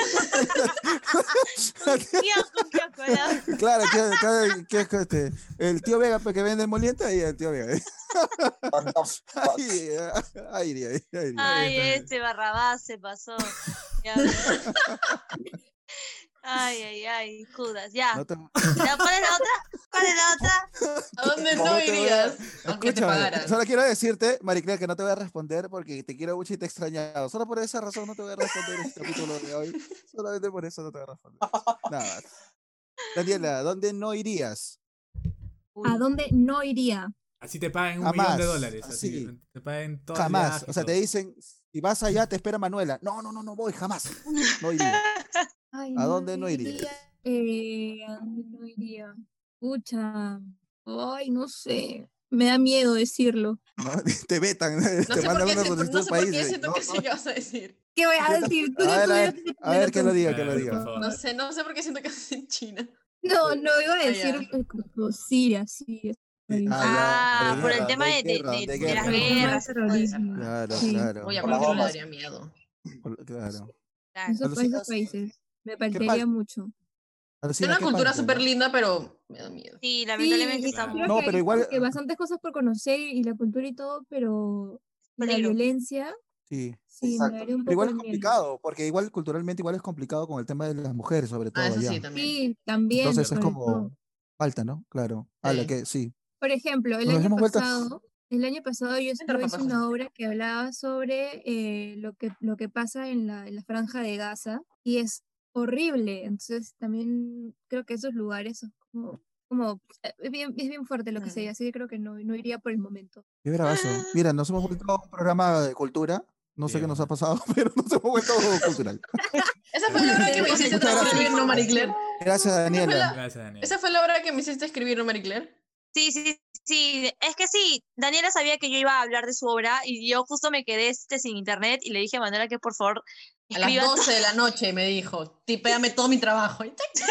La tienda-
Un kiosco, ¿verdad?
claro, que- cada- que- que este, el tío Vegas pues, que vende el moliente, ahí el tío Vegas.
What the fuck.
Ahí, eh, ahí iría, ahí iría.
Ay,
está bien.
este Barrabás se pasó. Ya. Ay, ay, ay, Judas, ya.
No te-
¿Ya, ¿Cuál Ah, es la otra? ¿Cuál es la otra?
¿A dónde
no te
no
voy a-
irías? Aunque te
Escúchame,
pagaran.
solo quiero decirte, Mariclea, que no te voy a responder porque te quiero mucho y te he extrañado. Solo por esa razón no te voy a responder este capítulo de hoy. Solamente por eso no te voy a responder. Nada más. Daniela, ¿dónde no irías?
¿A dónde no iría?
Así te pagan un
Jamás,
millón de dólares. Así.
así.
Te pagan todo. el
Jamás.
viaje,
O sea, te
todo.
dicen, si vas allá, te espera Manuela. No, no, no, no voy, jamás. No iría.
Ay,
¿A dónde no irías?
Eh, ¿A dónde no iría? Pucha. Ay, no sé. Me da miedo decirlo.
¿no? Te vetan,
No
te
sé por
mandan
qué,
una
siento,
solicitud
no sé por qué
país,
siento
¿no?
que sí que vas a decir.
¿Qué voy a
Yo tam-
decir? Tú
a ver,
di-
a
tú di-
ver,
tú di
A ver, que
primero
lo
tú.
diga, que lo
Claro,
diga.
por favor.
No sé, no sé por qué siento que vas en China.
No, no iba a
Ah,
decir
ya.
eh, como Siria, Siria. Siria.
Ah,
ya,
por
guerra,
el tema de, de-
guerra,
de-
de
de las
guerra.
Por el tema del
guerras.
terrorismo.
Claro,
Sí.
claro.
Oye, a
Por las
cualquiera le
bombas.
daría miedo.
Por- Claro.
Claro.
Esos, esos
Alucinas.
países. Me
pasa?
paltearía mucho.
Es una cultura súper linda, pero me da miedo.
Sí, lamentablemente
Sí,
está
claro.
creo
No,
que
pero
hay
igual-
como que bastantes cosas por conocer y y la cultura y todo, pero la
Peligro.
violencia
Sí.
sí me
Exacto.
daría un poco
Pero igual
de
es
miedo.
complicado, porque igual culturalmente igual es complicado con el tema de las mujeres, sobre todo.
Ah, eso
allá.
sí, también.
Sí, también.
Entonces es
sobre todo.
como falta, ¿no? Claro. A la
Sí.
que sí.
Por ejemplo, el
Nos
año
hemos vuelto-
pasado, el año pasado yo,
Entra,
yo hice
papá,
una
José.
obra que hablaba sobre eh, lo, que, lo que pasa en la, en la franja de Gaza y es horrible. Entonces también creo que esos lugares son como, como eh, es, bien, es bien fuerte lo que
Mm.
se ve,
Claro.
así que creo que no, no iría por el momento.
Qué bravazo.
Ah.
Mira, nos hemos vuelto a un programa de cultura. No sé
Sí,
qué nos
¿verdad?
ha pasado, pero nos hemos vuelto cultural.
Esa fue la obra que me hiciste
Muchas gracias.
transcribir, ¿no, Marie Claire?
Gracias, Daniela.
Gracias, Daniel.
Esa fue la obra que me hiciste escribir, ¿no, Marie Claire?
Sí, sí, sí. Es que sí, Daniela sabía que yo iba a hablar de su obra y yo justo me quedé este, sin internet y le dije a Manuela que por favor
A las
escriba
12 de la noche me dijo, tipéame todo mi trabajo. Y tac,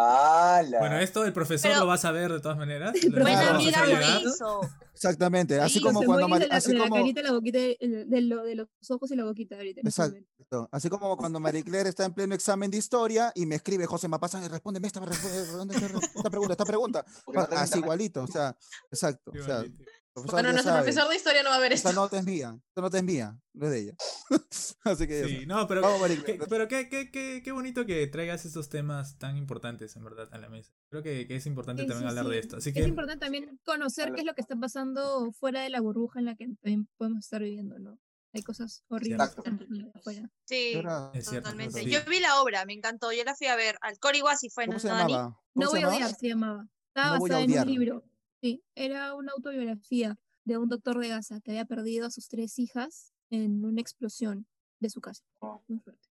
¡Hala!
Bueno, esto el profesor
Pero-
lo vas a ver de todas maneras.
El
lo
Buena
Claro,
vamos a
amiga
hacer
lo
llegar.
hizo.
Exactamente. Así
Sí,
como
Los
cuando
emojis
Mari-
de la,
así
de la
como
carita, y la boquita, y el- de, lo- de los ojos y la boquita ahorita. en este
Exacto.
momento.
Exacto. Así como cuando Marie Claire está en pleno examen de historia y me escribe, José Mapasa, respóndeme esta, responde- responde esta, re- esta pregunta, esta pregunta. Ah,
Porque no tengo
Así
internet.
igualito, o sea, exacto. O sea, el profesor
Bueno,
ya
nuestro
sabe,
profesor de historia no va a ver
Esta
esto.
nota es mía, esta nota es mía, no es de ella. Así que ya
Sí,
está.
no, pero,
Vamos, Marie
qué,
Claire.
pero qué, qué, qué, qué bonito que traigas estos temas tan importantes, en verdad, a la mesa. Creo que, que es importante
Sí,
también
sí,
hablar de
sí.
esto. Así
es
que,
importante también conocer
Hola.
qué es lo que está pasando fuera de la burbuja en la que también podemos estar viviendo, ¿no? Hay cosas horribles
Exacto.
también afuera.
Qué
Sí,
bravo.
Es cierto,
totalmente.
sí.
Yo vi la obra, me encantó. Yo la fui a ver al Coriguasi, fue,
¿Cómo
¿no,
se
Dani?
llamaba?
No
¿Cómo se
voy a
llamaba?
odiar, se llamaba. Estaba
No voy a
basada en un
odiar.
libro. Sí, era una autobiografía de un doctor de Gaza que había perdido a sus tres hijas en una explosión de su casa.
Oh.
Muy fuerte.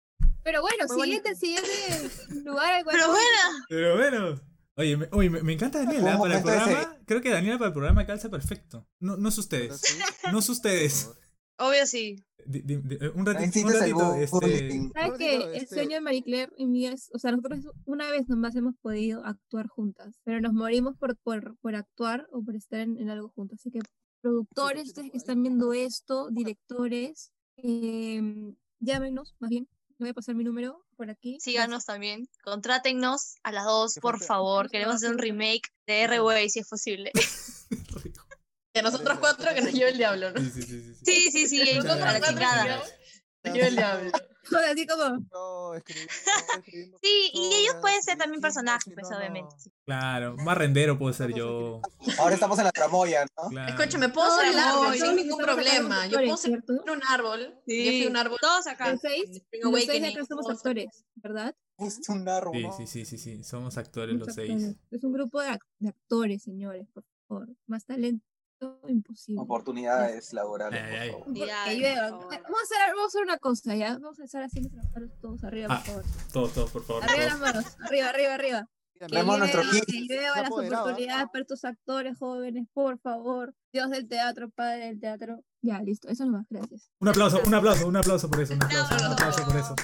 Pero bueno,
Muy
siguiente, siguiente lugar al cual
Pero
vamos.
bueno,
pero bueno. Oye, me, oye, me- me encanta Daniela ¿eh?
¿Cómo
para el
está ese?
programa. Creo que Daniela para el programa calza perfecto. No, no es
Ahora
ustedes.
sí,
No es ustedes.
por favor.
obvio sí.
Di- di- di- eh, un
No
ratito, un
hiciste el
ratito, este,
bullying.
¿Sabes
Ahora
que
digo,
El
este,
sueño de Marie Claire y mío es, o sea, nosotros una vez nomás hemos podido actuar juntas, pero nos morimos por, por, por actuar o por estar en, en algo juntos. Así que productores,
sí,
ustedes que
por ahí.
están viendo esto, directores, em, llámenos, más bien, les voy a pasar mi número por aquí.
Síganos también. Contrátennos a las dos,
Qué
por
fuerte.
favor.
Vamos a
Queremos hacer un
hacer-
remake de R-Way si es posible.
Y a nosotros cuatro que nos lleve el diablo, ¿no?
Sí, sí, sí, sí, sí.
Sí, sí, sí, ahí,
Muchas
a la
Nosotros cuatro que
gracias.
chingada.
nos lleve- nos lleve el diablo.
Gracias. Joder, así como,
No, escribiendo, escribiendo
Sí, y ellos
historias,
pueden ser
y
también
chismes,
personajes,
y
pues,
no, no.
obviamente.
Claro, más rendero puedo ser yo.
Ahora estamos en la tramoya, ¿no?
Claro.
Escúchame, puedo
Todos
ser
los
un árbol,
árboles,
sin
todos
ningún
estamos acá como
problema. Yo puedo
actores,
ser
¿cierto?
un árbol. Yo fui un árbol.
Todos acá.
Los seis,
Spring
los seis de
Awakening,
acá
puedo
somos
ser-
actores, ¿verdad?
Justo un árbol.
Sí,
¿no?
sí, sí, sí, sí. Somos actores
Somos
los seis.
actores. Es un grupo de, ac- de actores, señores, por favor. Más talento imposible.
Oportunidades laborales,
Ay,
por
ay.
favor.
Por- que
Ay,
llueva.
por favor.
Vamos a, hacer, vamos a hacer una cosa, ¿ya? Vamos a estar haciendo trabajar todos arriba,
Ah.
por favor.
Todos, todos, por favor.
Arriba las
todos.
manos, arriba, arriba, arriba.
Mira,
Que
mira,
Tenemos
llueva,
nuestro kit.
que llueva
Ya
las
apoderado, ¿ah?
oportunidades para estos actores jóvenes, por favor. Dios del teatro, padre del teatro. Ya, listo, eso nomás, gracias.
Un aplauso, un aplauso, un aplauso por eso, un aplauso, un aplauso por eso.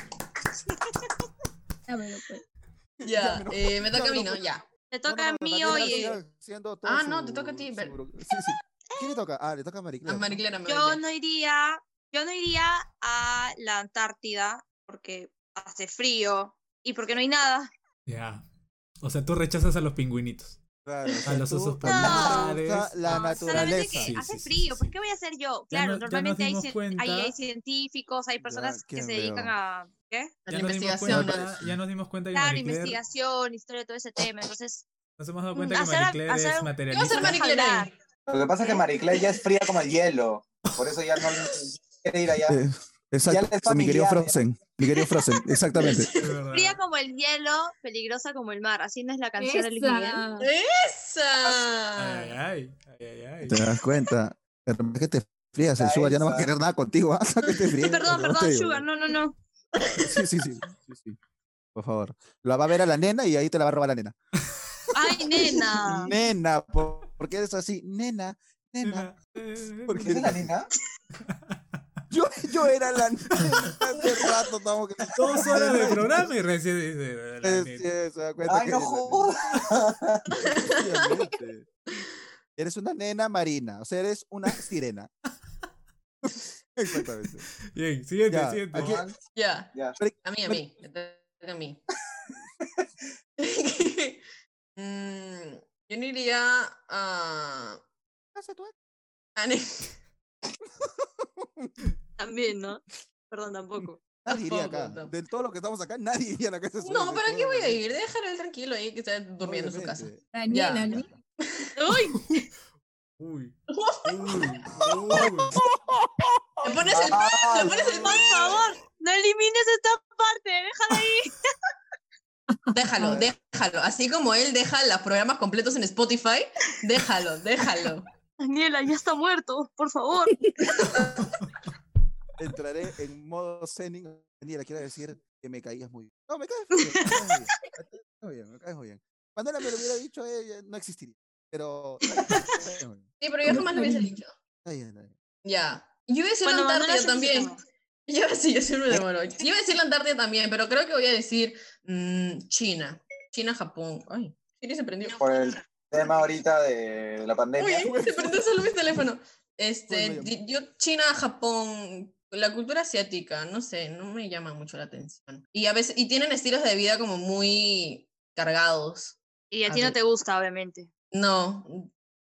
Dámelo, pues.
Ya, eh, me toca a mí,
Ya,
¿no?
me lo-
Ya.
Te
No,
toca
no,
a
no,
mí,
Daniela
oye.
sigue haciendo todo
Ah, no,
su-
te toca a ti,
su
pero-
bro- Sí, sí. ¿Quién le toca? Ah, le toca a Marie
A
Claire.
Marie Claire, a Marie
Yo
Claire.
no iría, yo no iría a la Antártida porque hace frío y porque no hay nada.
Ya. O sea, tú rechazas a los pingüinitos.
Claro, o
A
sea,
los
tú-
osos
a ti no te
polares.
gusta la
No, solamente que
naturaleza.
Sí,
hace
sí, sí,
frío,
sí,
pues
sí.
¿qué voy a hacer yo? Claro,
Ya no- ya nos
normalmente hay,
dimos
cien-
cuenta.
hay, hay científicos, hay personas que
quién
se
veo.
dedican a, ¿qué?
A
nos
la
dimos
investigación.
cuenta-
¿no?
ya nos dimos cuenta que
Claro,
Marie Claire-
pues. investigación, historia, todo ese tema. Entonces,
nos hemos dado cuenta que
Hacer-
Marie Claire
hacer-
es
¿Qué va a
¿Qué va a ser
materialista.
Marie Claire ahí?
Lo que pasa es que Marie Claire ya es fría como el hielo. Por eso ya no quiere ir allá.
Eh, Exacto,
les
mi querido
familiares.
Frozen. Mi querido Frozen, exactamente.
Es verdad.
fría como el hielo, peligrosa como el mar. Así no es la canción de Luis Miguel.
Esa.
¡Esa!
Ay, ay, ay, ay, ay.
Te das cuenta. Pero es que te frías, el Sugar ya no va a
Esa.
querer nada contigo hasta que te fríes.
Perdón,
pero no te
perdón,
digo.
Sugar, no, no, no.
Sí, sí, sí, sí, sí. Por favor. La va a ver a la nena y ahí te la va a robar la nena.
Ay, nena.
Nena, ¿por, por qué eres así? Nena, nena. ¿Por
¿Esa es la nena?
Yo, yo era la nena hace rato. Estamos que...
Dos horas de programa y recién dice. la
Sí, sí,
neta.
se da cuenta
Ay,
que
no
eres la nena.
jodas.
Obviamente. Eres una nena marina, o sea, eres una sirena. Exactamente.
Bien, siguiente,
Ya,
siguiente.
aquí-
Ya.
Ya.
A mí, a mí. Me toca a mí. Mm, yo no iría a.
Casa tu ex.
a ni-
También, ¿no? Perdón, tampoco.
Nadie iría
Tampoco,
acá.
tampoco.
De todos los que estamos acá, nadie iría a la casa de su
No,
ex,
¿para qué
todo,
voy a
¿no?
ir? Déjalo él tranquilo ahí que está durmiendo en su casa.
Obviamente.
Daniela, ¿no?
¡Uy!
Uy. Uy. uy.
Le pones el
Ah,
le pones el
Por favor, no elimines esta parte, déjala ahí.
Déjalo, déjalo. Así como él deja los programas completos en Spotify, déjalo, déjalo.
Daniela, ya está muerto, por favor.
Entraré en modo zenning. Daniela, quiero decir que me caías muy bien. No, me caes muy bien. Me caes muy bien, me caes muy bien. Me caes muy bien. Manuela me lo hubiera dicho, ella no existiría. Pero. me caes muy bien,
Sí, pero yo jamás lo hubiese dicho.
está bien, está bien.
Ya. Y Yo iba a decir la
Cuando Manuela
Antártida
se
también.
enferma.
Yo, sí, yo siempre me demoro. Yo iba a decir la Antártida también, pero creo que voy a decir mm, China. China, Japón. Ay, Siri se prendió.
Por el tema ahorita de la
Uy,
pandemia.
se prendió solo mi teléfono.
Bueno,
Este,
ya.
di- yo China, Japón, la cultura asiática, no sé, no me llama mucho la atención. Y a veces, y tienen estilos de vida como muy cargados.
Y a
A
ti no
ver.
te gusta, obviamente.
No,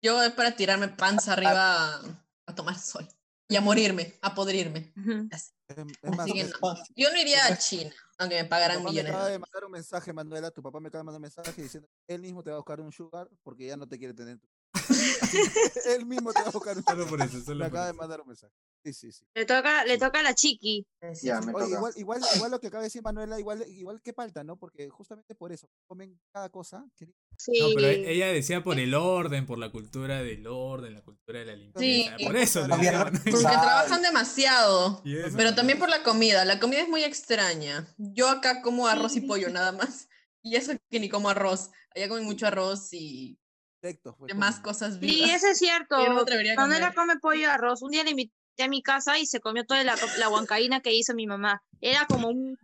yo es para tirarme panza arriba a, a tomar sol y a morirme, a podrirme.
Es- es
Así
más,
que
me-
no.
tu
Yo no iría a China, aunque me pagaran
papá me
millones. de
acaba de
dólares.
mandar un mensaje, Manuela. Tu papá me acaba de mandar un mensaje diciendo él mismo te va a buscar un sugar porque ya no te quiere tener. Así que él mismo te va a buscar un
Solo
sugar.
por eso,
Me
solo por
acaba de
eso.
mandar un mensaje. Sí, sí, sí.
Le toca, le toca a la chiqui.
Sí,
Ya,
sí.
me
Oye,
toca.
igual, igual, igual lo que acaba de decir Manuela, igual, igual que falta, ¿no? Porque justamente por eso comen cada cosa. que-
Sí.
No, pero ella decía por el orden, por la cultura del orden, la cultura de la limpieza.
Sí.
Por eso, le
También
decía,
la-
¿no?
Porque
Ay.
trabajan demasiado.
Y eso.
Pero también por la comida. La comida es muy extraña. Yo acá como arroz y pollo nada más. Y eso que ni como arroz. Allá comen mucho arroz y
Perfecto. pues,
demás
comen.
cosas
Sí,
vivas.
eso es cierto.
Yo no me atrevería a
Manuela
comer.
come pollo y arroz. Un día le invité a mi casa y se comió toda la, co- la huancaína que hizo mi mamá. Era como un-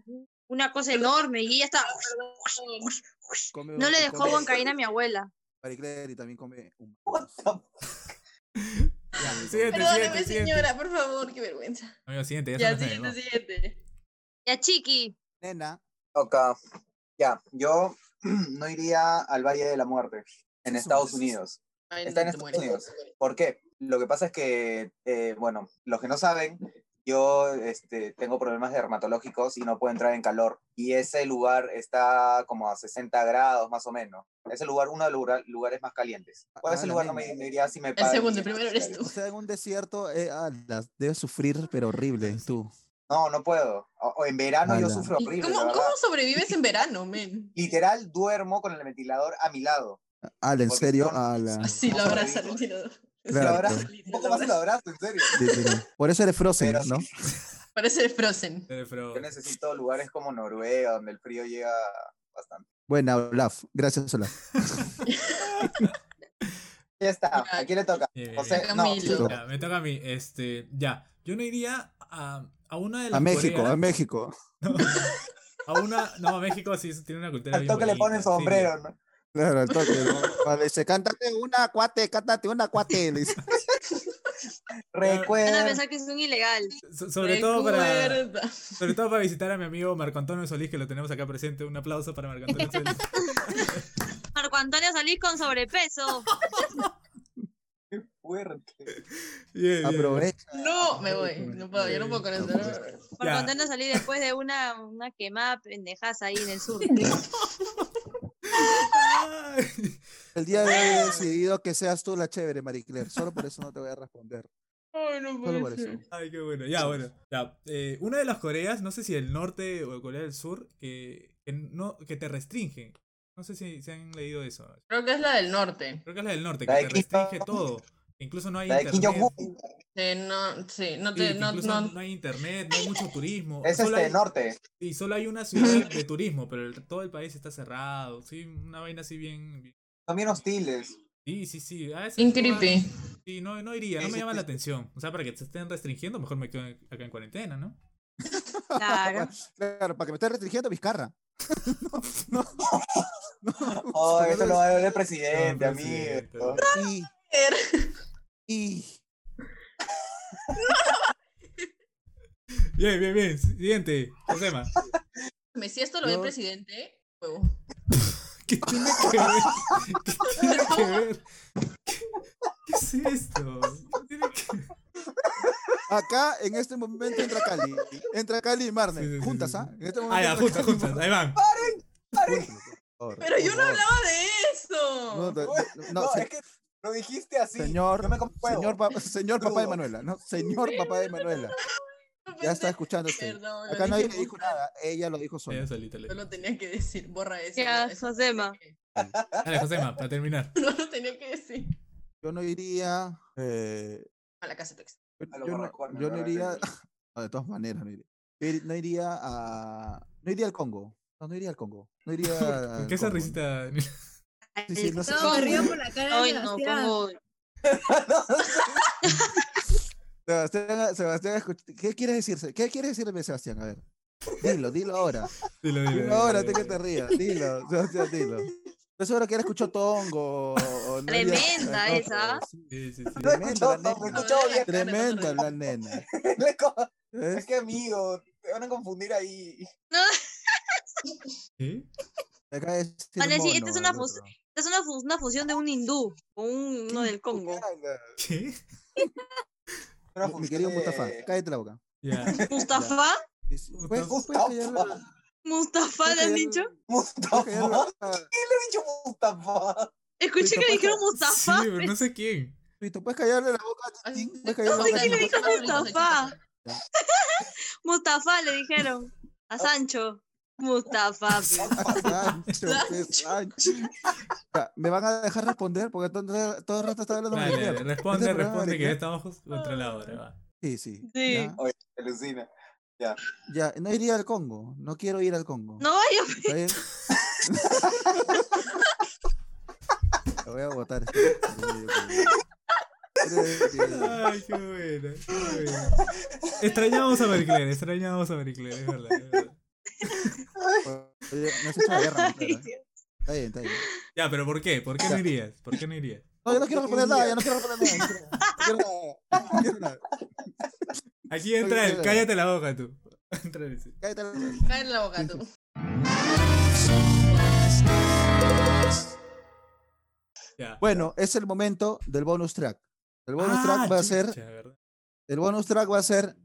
una cosa enorme y ella estaba.
Come-
No le
y
dejó
come
huancaína a mi abuela.
Marie Claire y también come un.
Siguiente,
Perdóname,
siguiente, siguiente.
señora, por favor, qué vergüenza.
Amigo, siguiente, ya,
Ya,
se nos
siguiente,
terminó.
siguiente.
Ya, chiqui.
Nena,
Ok. Ya, yo no iría al Valle de la Muerte en
Eso
Estados
es.
Unidos.
Ay,
Está en
te
Estados
mueres.
Unidos. ¿Por qué? Lo que pasa es que, eh, bueno, los que no saben, yo este, tengo problemas dermatológicos y no puedo entrar en calor. Y ese lugar está como a 60 grados más o menos. Es el lugar, uno de los lugar- lugares más calientes. ¿Cuál es
Ah,
el
la
lugar? No me,
mierda.
me iría si me
El
pagan
segundo, el
500
primero eres
dólares.
tú.
o sea, en un desierto, eh, alas, debes sufrir, pero horrible, tú.
No, no puedo. O, o en verano yo
Ala.
sufro
¿Y
horrible.
¿Cómo,
la verdad.
cómo sobrevives en verano, men?
Literal, duermo con el ventilador a mi lado.
Ala, en
Porque
serio,
son-
ala.
Así lo
¿Cómo
abrazas
sobrevivo?
el tirador.
Lo
Claro.
abrazo, un poco más lo abrazo, en serio.
Sí, sí, no. Por eso eres Frozen,
Pero sí.
¿no?
Parece Frozen.
Eh, pero-
Yo necesito lugares como Noruega, donde el frío llega bastante.
Buena, Olaf. Gracias, Olaf.
Ya está,
Ya.
aquí le toca.
Bien, bien,
José,
bien.
no,
Camilo.
Chuto.
eh, Ya, me toca a mí. Este, ya. Yo no iría a, a una de las
A México,
coreas-
a México.
a una, no, a México sí tiene una cultura
Al
bien
toque le
bonita,
ponen
sí.
sombrero, ¿no?
Claro, al toque, ¿no? Cuando dice, cántate una cuate, cántate una cuate. le dice.
Van
Eh.
a
Recuerda.
pensar que es un ilegal.
So- sobre todo para
Recuerda.
sobre todo para visitar a mi amigo Marco Antonio Solís que lo tenemos acá presente. Un aplauso para Marco Antonio Solís.
Marco Antonio salís con sobrepeso.
Qué fuerte.
Bien, bien, bien.
Aprovecha.
No, me voy. No puedo, yo no puedo con eso. no.
Marco
Ya.
Antonio salí después de una, una quemada pendejaza ahí en el sur.
Ay.
El día de hoy he decidido que seas tú la chévere, Marie Claire. Solo por eso no te voy a responder.
Ay, no
Solo
puede
por eso.
ser.
Ay, qué bueno. Ya, bueno. Ya. Eh, una de las Coreas, no sé si el norte o Corea del Sur, que, que no, que te restringen. No sé si se han leído eso.
Creo que es la del norte.
Creo que es la del norte, que
La de
te
Kim
restringe
Jong-
todo. Incluso no hay
La de Kim
internet.
Jong-un.
Sí, Eh, no, sí, no
Sí,
te,
que
no,
incluso
no,
no hay internet, no hay mucho turismo.
Es
solo
este,
hay-
norte.
Y solo hay una ciudad de turismo, pero el- todo el país está cerrado. Sí, una vaina así bien. bien-
Son bien hostiles.
Sí, sí, sí. A ese
Bien
lugar-
creepy.
Sí, no, no iría, no me llama la atención. O sea, para que te estén restringiendo, mejor me quedo en- acá en cuarentena, ¿no?
Claro.
Claro, para que me estés restringiendo Vizcarra. no, no. no.
Oh, eso lo va a ver el
No,
presidente,
presidente.
amigo.
Y, y-
Bien, bien, bien. Siguiente. Josema.
Si esto lo ve el
Yo-
presidente, huevo.
¿Qué tiene que ver? ¿Qué tiene que ver? ¿Qué- ¿Qué es esto? ¿Qué tiene que ver?
Acá, en este momento, entra Cali. Entra Cali y Marne.
Sí, sí, sí,
juntas,
sí,
¿ah?
sí.
En este momento
Ah, ya,
entra
juntas,
Cali y
juntas.
Marne.
Ahí van.
Por favor,
Pero yo
por
no
favor.
hablaba de eso.
No, no, no,
No,
se-
es que lo dijiste así.
Señor,
yo me como huevo.
señor, pa- señor papá de
Crudo.
Manuela, ¿no? Señor papá de Manuela.
No
Ya está
pensé-
escuchando este usted.
Perdón, lo
Acá nadie le
dije
dijo
por-
nada, ella lo dijo sola.
Ella solita le
No lo tenía que decir, borra eso.
Ya,
no, eso no
Josema.
tenía
Dale, Josema, para terminar.
que- No lo tenía que decir.
Yo no iría. eh,
A la casa de texto.
yo,
A los
yo no,
barracones, la
yo no
verdad,
iría.
sí.
no, de todas maneras, no iría. Yo ir- No iría a. No iría al Congo. No, no iría al Congo. No iría.
¿Con
al
qué esa
Congo,
risita?
Sí, sí, no sé.
No, me río por la cara de
Ay, no,
Sebastián.
pongo.
Sebastián, Sebastián, escuch- ¿qué quieres decirse? ¿Qué quieres decirme, Sebastián? A ver. Dilo, dilo ahora.
Dilo, dilo,
Dilo
dilo,
ahora,
dilo,
antes que
dilo.
te rías. Dilo, Sebastián, dilo. Yo seguro que él escuchó Tongo. o no iría-
Tremenda
no,
esa. ¿ah?
sí.
Sí, sí, sí.
No he escuchado, no
Tremenda,
he
nena.
escuchado bien.
Tremenda la nena.
Le co-
¿Ves?
Es que amigo, te van a confundir ahí.
¿Sí?
Acá es decir
Van a decir,
mono,
esta es una
el
fus-
otro.
Esta es una, fu- una fusión de un hindú con un- uno del Congo.
¿Qué?
Una
Mi querido
fusión de-
Mustafa, cállate la boca.
Ya.
Mustafa,
¿Puedes, puedes
Mustafa.
callar la-
Mustafa,
puedes
¿le han
callar-
dicho?
Mustafa.
puedes callar
¿Quién
la-
le ha dicho Mustafa?
Escuché que
Mustafa.
dijeron
Sí,
Mustafa.
pero no sé quién.
Tito, ¿Puedes callarle la boca a
Así-
Titín? ¿Puedes callarle la
No sé
boca a
quién le
Titín?
dijo Mustafa. Mustafa le dijeron. A Sancho. Mustafa. pe.
Sancho, qué Sancho. Ya, Me van a dejar responder porque todo, todo el rato está hablando
Dale,
mariquera.
dale, responde,
Este programa
responde, que ya
mariquera.
estamos contra la hora. va.
Sí, sí.
Sí.
Ya,
Oye, te alucina.
ya, no iría al Congo. No quiero ir al Congo.
No vaya.
¿Está bien? Lo voy a votar. este cariño, yo creo.
Ay, qué buena, qué buena. Extrañamos a Marie Claire, extrañamos a Marie Claire, es verdad, es verdad.
Oye, me has hecho la guerra,
Ay,
Montero, ¿eh?
Dios.
Está bien, está bien.
Ya, pero ¿por qué? ¿Por qué no
Ya.
irías? ¿Por qué no irías?
No, yo no quiero responder nada, yo no quiero responder nada. No quiero nada. No quiero nada.
Aquí entra el
Oye,
cállate la boca tú. Entra ese.
Cállate la boca.
Cae en la boca tú.
Ya.
Bueno, es el momento del bonus track. El bonus
Ah,
track va a
chucha,
ser,
¿verdad?
el bonus track va a ser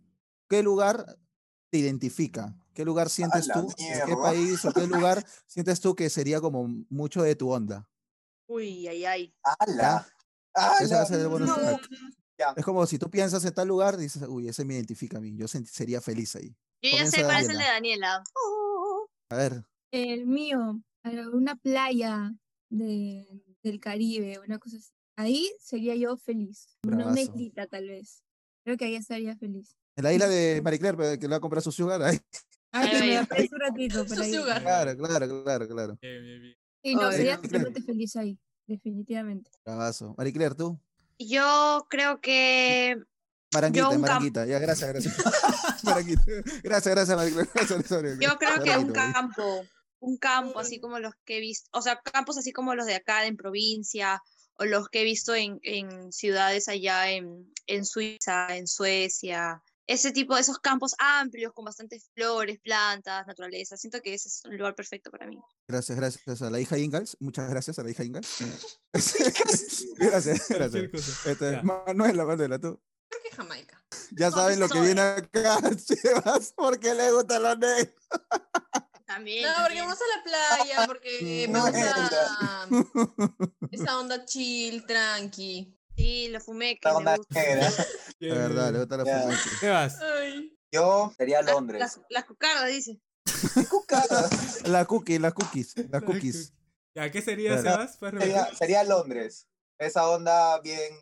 qué lugar te identifica, qué lugar sientes
la
tú, en qué
mierda.
país o qué lugar sientes tú que sería como mucho de tu onda.
Uy, ay, ay.
¡Hala!
Ese va a
¡Hala!
ser el bonus
No.
track.
Ya.
Es como si tú piensas en tal lugar, dices, uy, ese me identifica a mí, yo sent- sería feliz ahí.
Yo ya sé
Comienza
cuál es el de
Daniela.
Daniela.
A ver,
El mío, a una playa de, del Caribe, una cosa así. Ahí sería yo feliz. Una, una
Bravazo.
islita, tal vez. Creo que ahí estaría feliz.
en la isla de Marie Claire, pero que le va a comprar su sugar. ahí.
Ah,
Ahí
que
voy.
me aparece un ratito por
Su
ahí.
sugar.
Claro, claro, claro, claro.
Bien, bien, bien.
Sí, no,
Ay,
sería
Marie Claire.
totalmente feliz ahí, definitivamente.
Bravazo. Marie Claire, tú.
Yo creo que.
Maranguita,
un cam-
Maranguita. Ya, gracias, gracias. Maranguita. Gracias, gracias, Maranguita. Gracias, gracias, Maranguita.
Yo creo que un
Maranguita, Maranguita.
campo, un campo así como los que he visto, o sea, campos así como los de acá en provincia, o los que he visto en, en ciudades allá en, en Suiza, en Suecia, ese tipo de esos campos amplios con bastantes flores, plantas, naturaleza, siento que ese es un lugar perfecto para mí.
Gracias, gracias a la hija Ingalls. Muchas gracias a la hija Ingalls. gracias, gracias.
Cualquier cosa.
Este,
Ya.
Manuela, Manuela, tú.
Creo que Jamaica.
Ya
Con
saben lo que
soda.
viene acá, Sebas, porque le gusta los negros.
También.
No, porque
también.
vamos a la playa, porque me
No, eh,
gusta esa onda chill, tranqui.
Sí, lo fumé, que
La
me
onda
gusta.
negra.
Bien,
La
bien,
verdad, le
bien.
gusta los
Ya.
fumantes.
Sebas,
Ay.
Yo sería
Las-
Londres.
Las, las cucardas, dice.
La cookie, las cookies, las
las
cookies.
¿Ya qué sería,
Claro.
Sebas? Pues ¿Puedes repetir?
Sería, sería Londres. Esa onda bien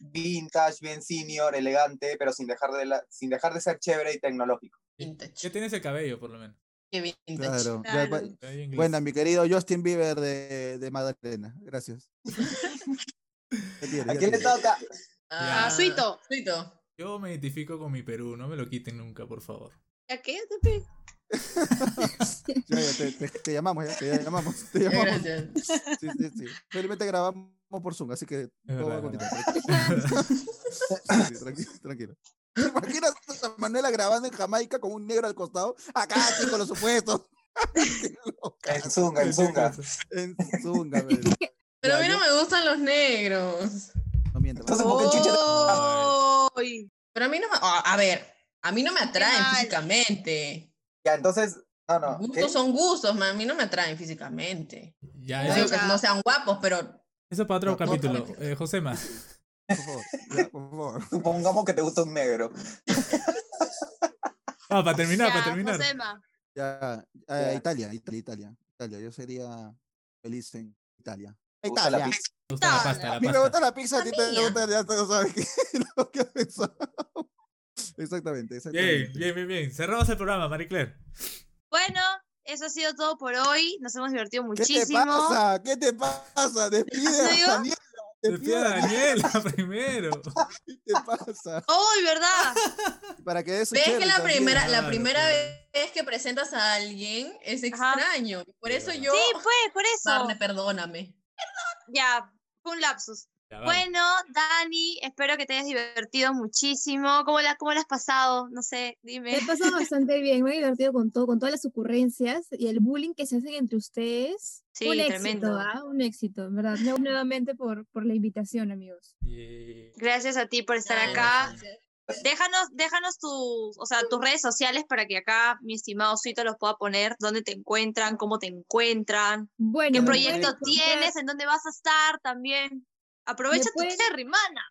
vintage, bien senior, elegante, pero sin dejar de, la- sin dejar de ser chévere y tecnológico.
Ya
Vintage.
tienes el cabello, por lo menos.
Qué vintage.
Claro. Ya, pues.
Claro.
bu-
Cabello inglés.
Buena, mi querido Justin Bieber de, de Magdalena. Gracias. ¿Qué tiene,
¿A
ya
quién le
tiene.
toca?
Ya.
Ah, Suito.
Suito.
Yo me identifico con mi Perú, no me lo quiten nunca, por favor.
¿Ya qué? Te pe-
Ya, ya, te, te- te llamamos, ya, te llamamos, te
Ya,
llamamos.
Gracias.
Sí, sí, sí. Felizmente grabamos por Zoom, así que todo va a
verdad, es
continuar. Tranquilo, tranquilo. tranquilo. ¿Te imaginas a Manuela grabando en Jamaica con un negro al costado? Acá, chicos, los supuestos.
En Zunga, en Zunga.
En Zunga, pero.
Pero a
Ya,
mí no
yo-
me gustan los negros.
No mientas.
Entonces, ¿por qué chucha te-
¡Ay!
Pero a mí no me. ah, A a ver, a mí no me atraen
mal.
físicamente.
Ya, entonces, no, no. eh, ¿qué?
Gustos son gustos, man. A mí no me atraen físicamente.
Ya,
No
Ay,
digo
eso,
que
ya.
no sean guapos, pero.
eso para otro
No, no,
capítulo.
no, no.
Eh, Josema,
Por favor, ya, por favor.
Supongamos que te gusta un negro.
Ah, para terminar,
Ya,
para terminar.
Josema.
Ya, ah,
Ya.
Italia, Italia, Italia, Italia. Yo sería feliz en Italia.
¿Te gusta la
Italia.
pizza?
Me gusta la pasta,
A
la
mí me gusta
pasta.
la pizza, a ti te
Amiga.
gusta, ya tú sabes que lo que pensaba. Exactamente,
Bien,
exactamente.
bien, bien, bien. Cerramos el programa, Marie Claire.
Bueno, eso ha sido todo por hoy. Nos hemos divertido
¿Qué te
muchísimo.
pasa? ¿Qué te pasa? Despide
digo?
a Daniela. Despide
Despide
a
a
Daniela.
Daniela primero.
¿Qué te pasa?
¡Ay, verdad!
Para que des su
¿Ves que
cherry
la
también.
primera, la
Claro,
primera
claro.
vez que presentas a alguien es
Ajá.
extraño? Por eso yo.
Sí, pues, por eso.
Barney, perdóname.
Ya, fue un lapsus.
Ya, vamos.
Bueno, Dani, espero que te hayas divertido muchísimo. ¿Cómo la, cómo la has pasado? No sé,
Me
dime.
he pasado bastante bien, me he divertido con todo, con todas las ocurrencias y el bullying que se hacen entre ustedes.
Sí,
un éxito,
tremendo.
¿ah? Un éxito, en verdad. Nue- Nuevamente por, por la invitación, amigos.
Yeah.
Gracias a ti por estar
Ay,
acá.
gracias.
Déjanos, déjanos tus, o sea, tus redes sociales para que acá mi estimado Suito los pueda poner, dónde te encuentran, cómo te encuentran,
Bueno,
qué
me
proyecto
pueden encontrar-
tienes, en dónde vas a estar también. Aprovecha tu
pueden-
cherry, mana.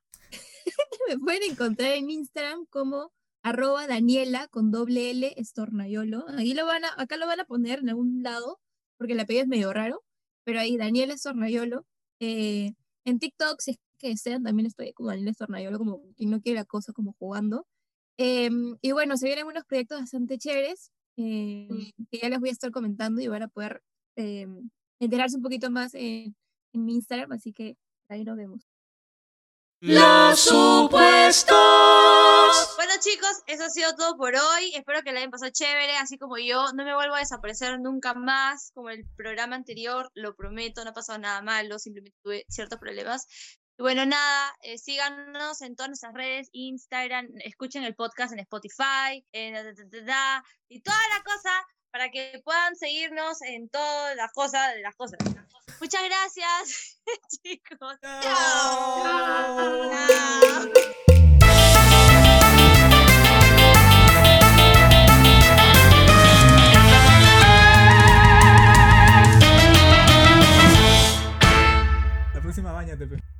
Me pueden encontrar en Instagram como arroba Daniela con doble L estornayolo. Ahí lo van a, acá lo van a poner en algún lado, porque el apellido es medio raro, pero ahí Daniela estornayolo. Eh, en TikTok, si es que desean, también estoy como Daniela estornayolo, como quien no quiere la cosa, como jugando. Em, y bueno, se vienen unos proyectos bastante chéveres eh, que ya les voy a estar comentando y van a poder em, enterarse un poquito más en, en mi Instagram, así que ahí nos vemos.
Los supuestos.
Bueno chicos, eso ha sido todo por hoy. Espero que la hayan pasado chévere, así como yo. No me vuelvo a desaparecer nunca más, como el programa anterior, lo prometo, no ha pasado nada malo, simplemente tuve ciertos problemas. Y bueno, nada, eh, síganos en todas nuestras redes, Instagram, escuchen el podcast en Spotify, en da, da, da, da, da, y toda la cosa para que puedan seguirnos en todas las cosas, las cosas. las cosas. Muchas gracias, chicos. Chao.
La próxima bañate, pe.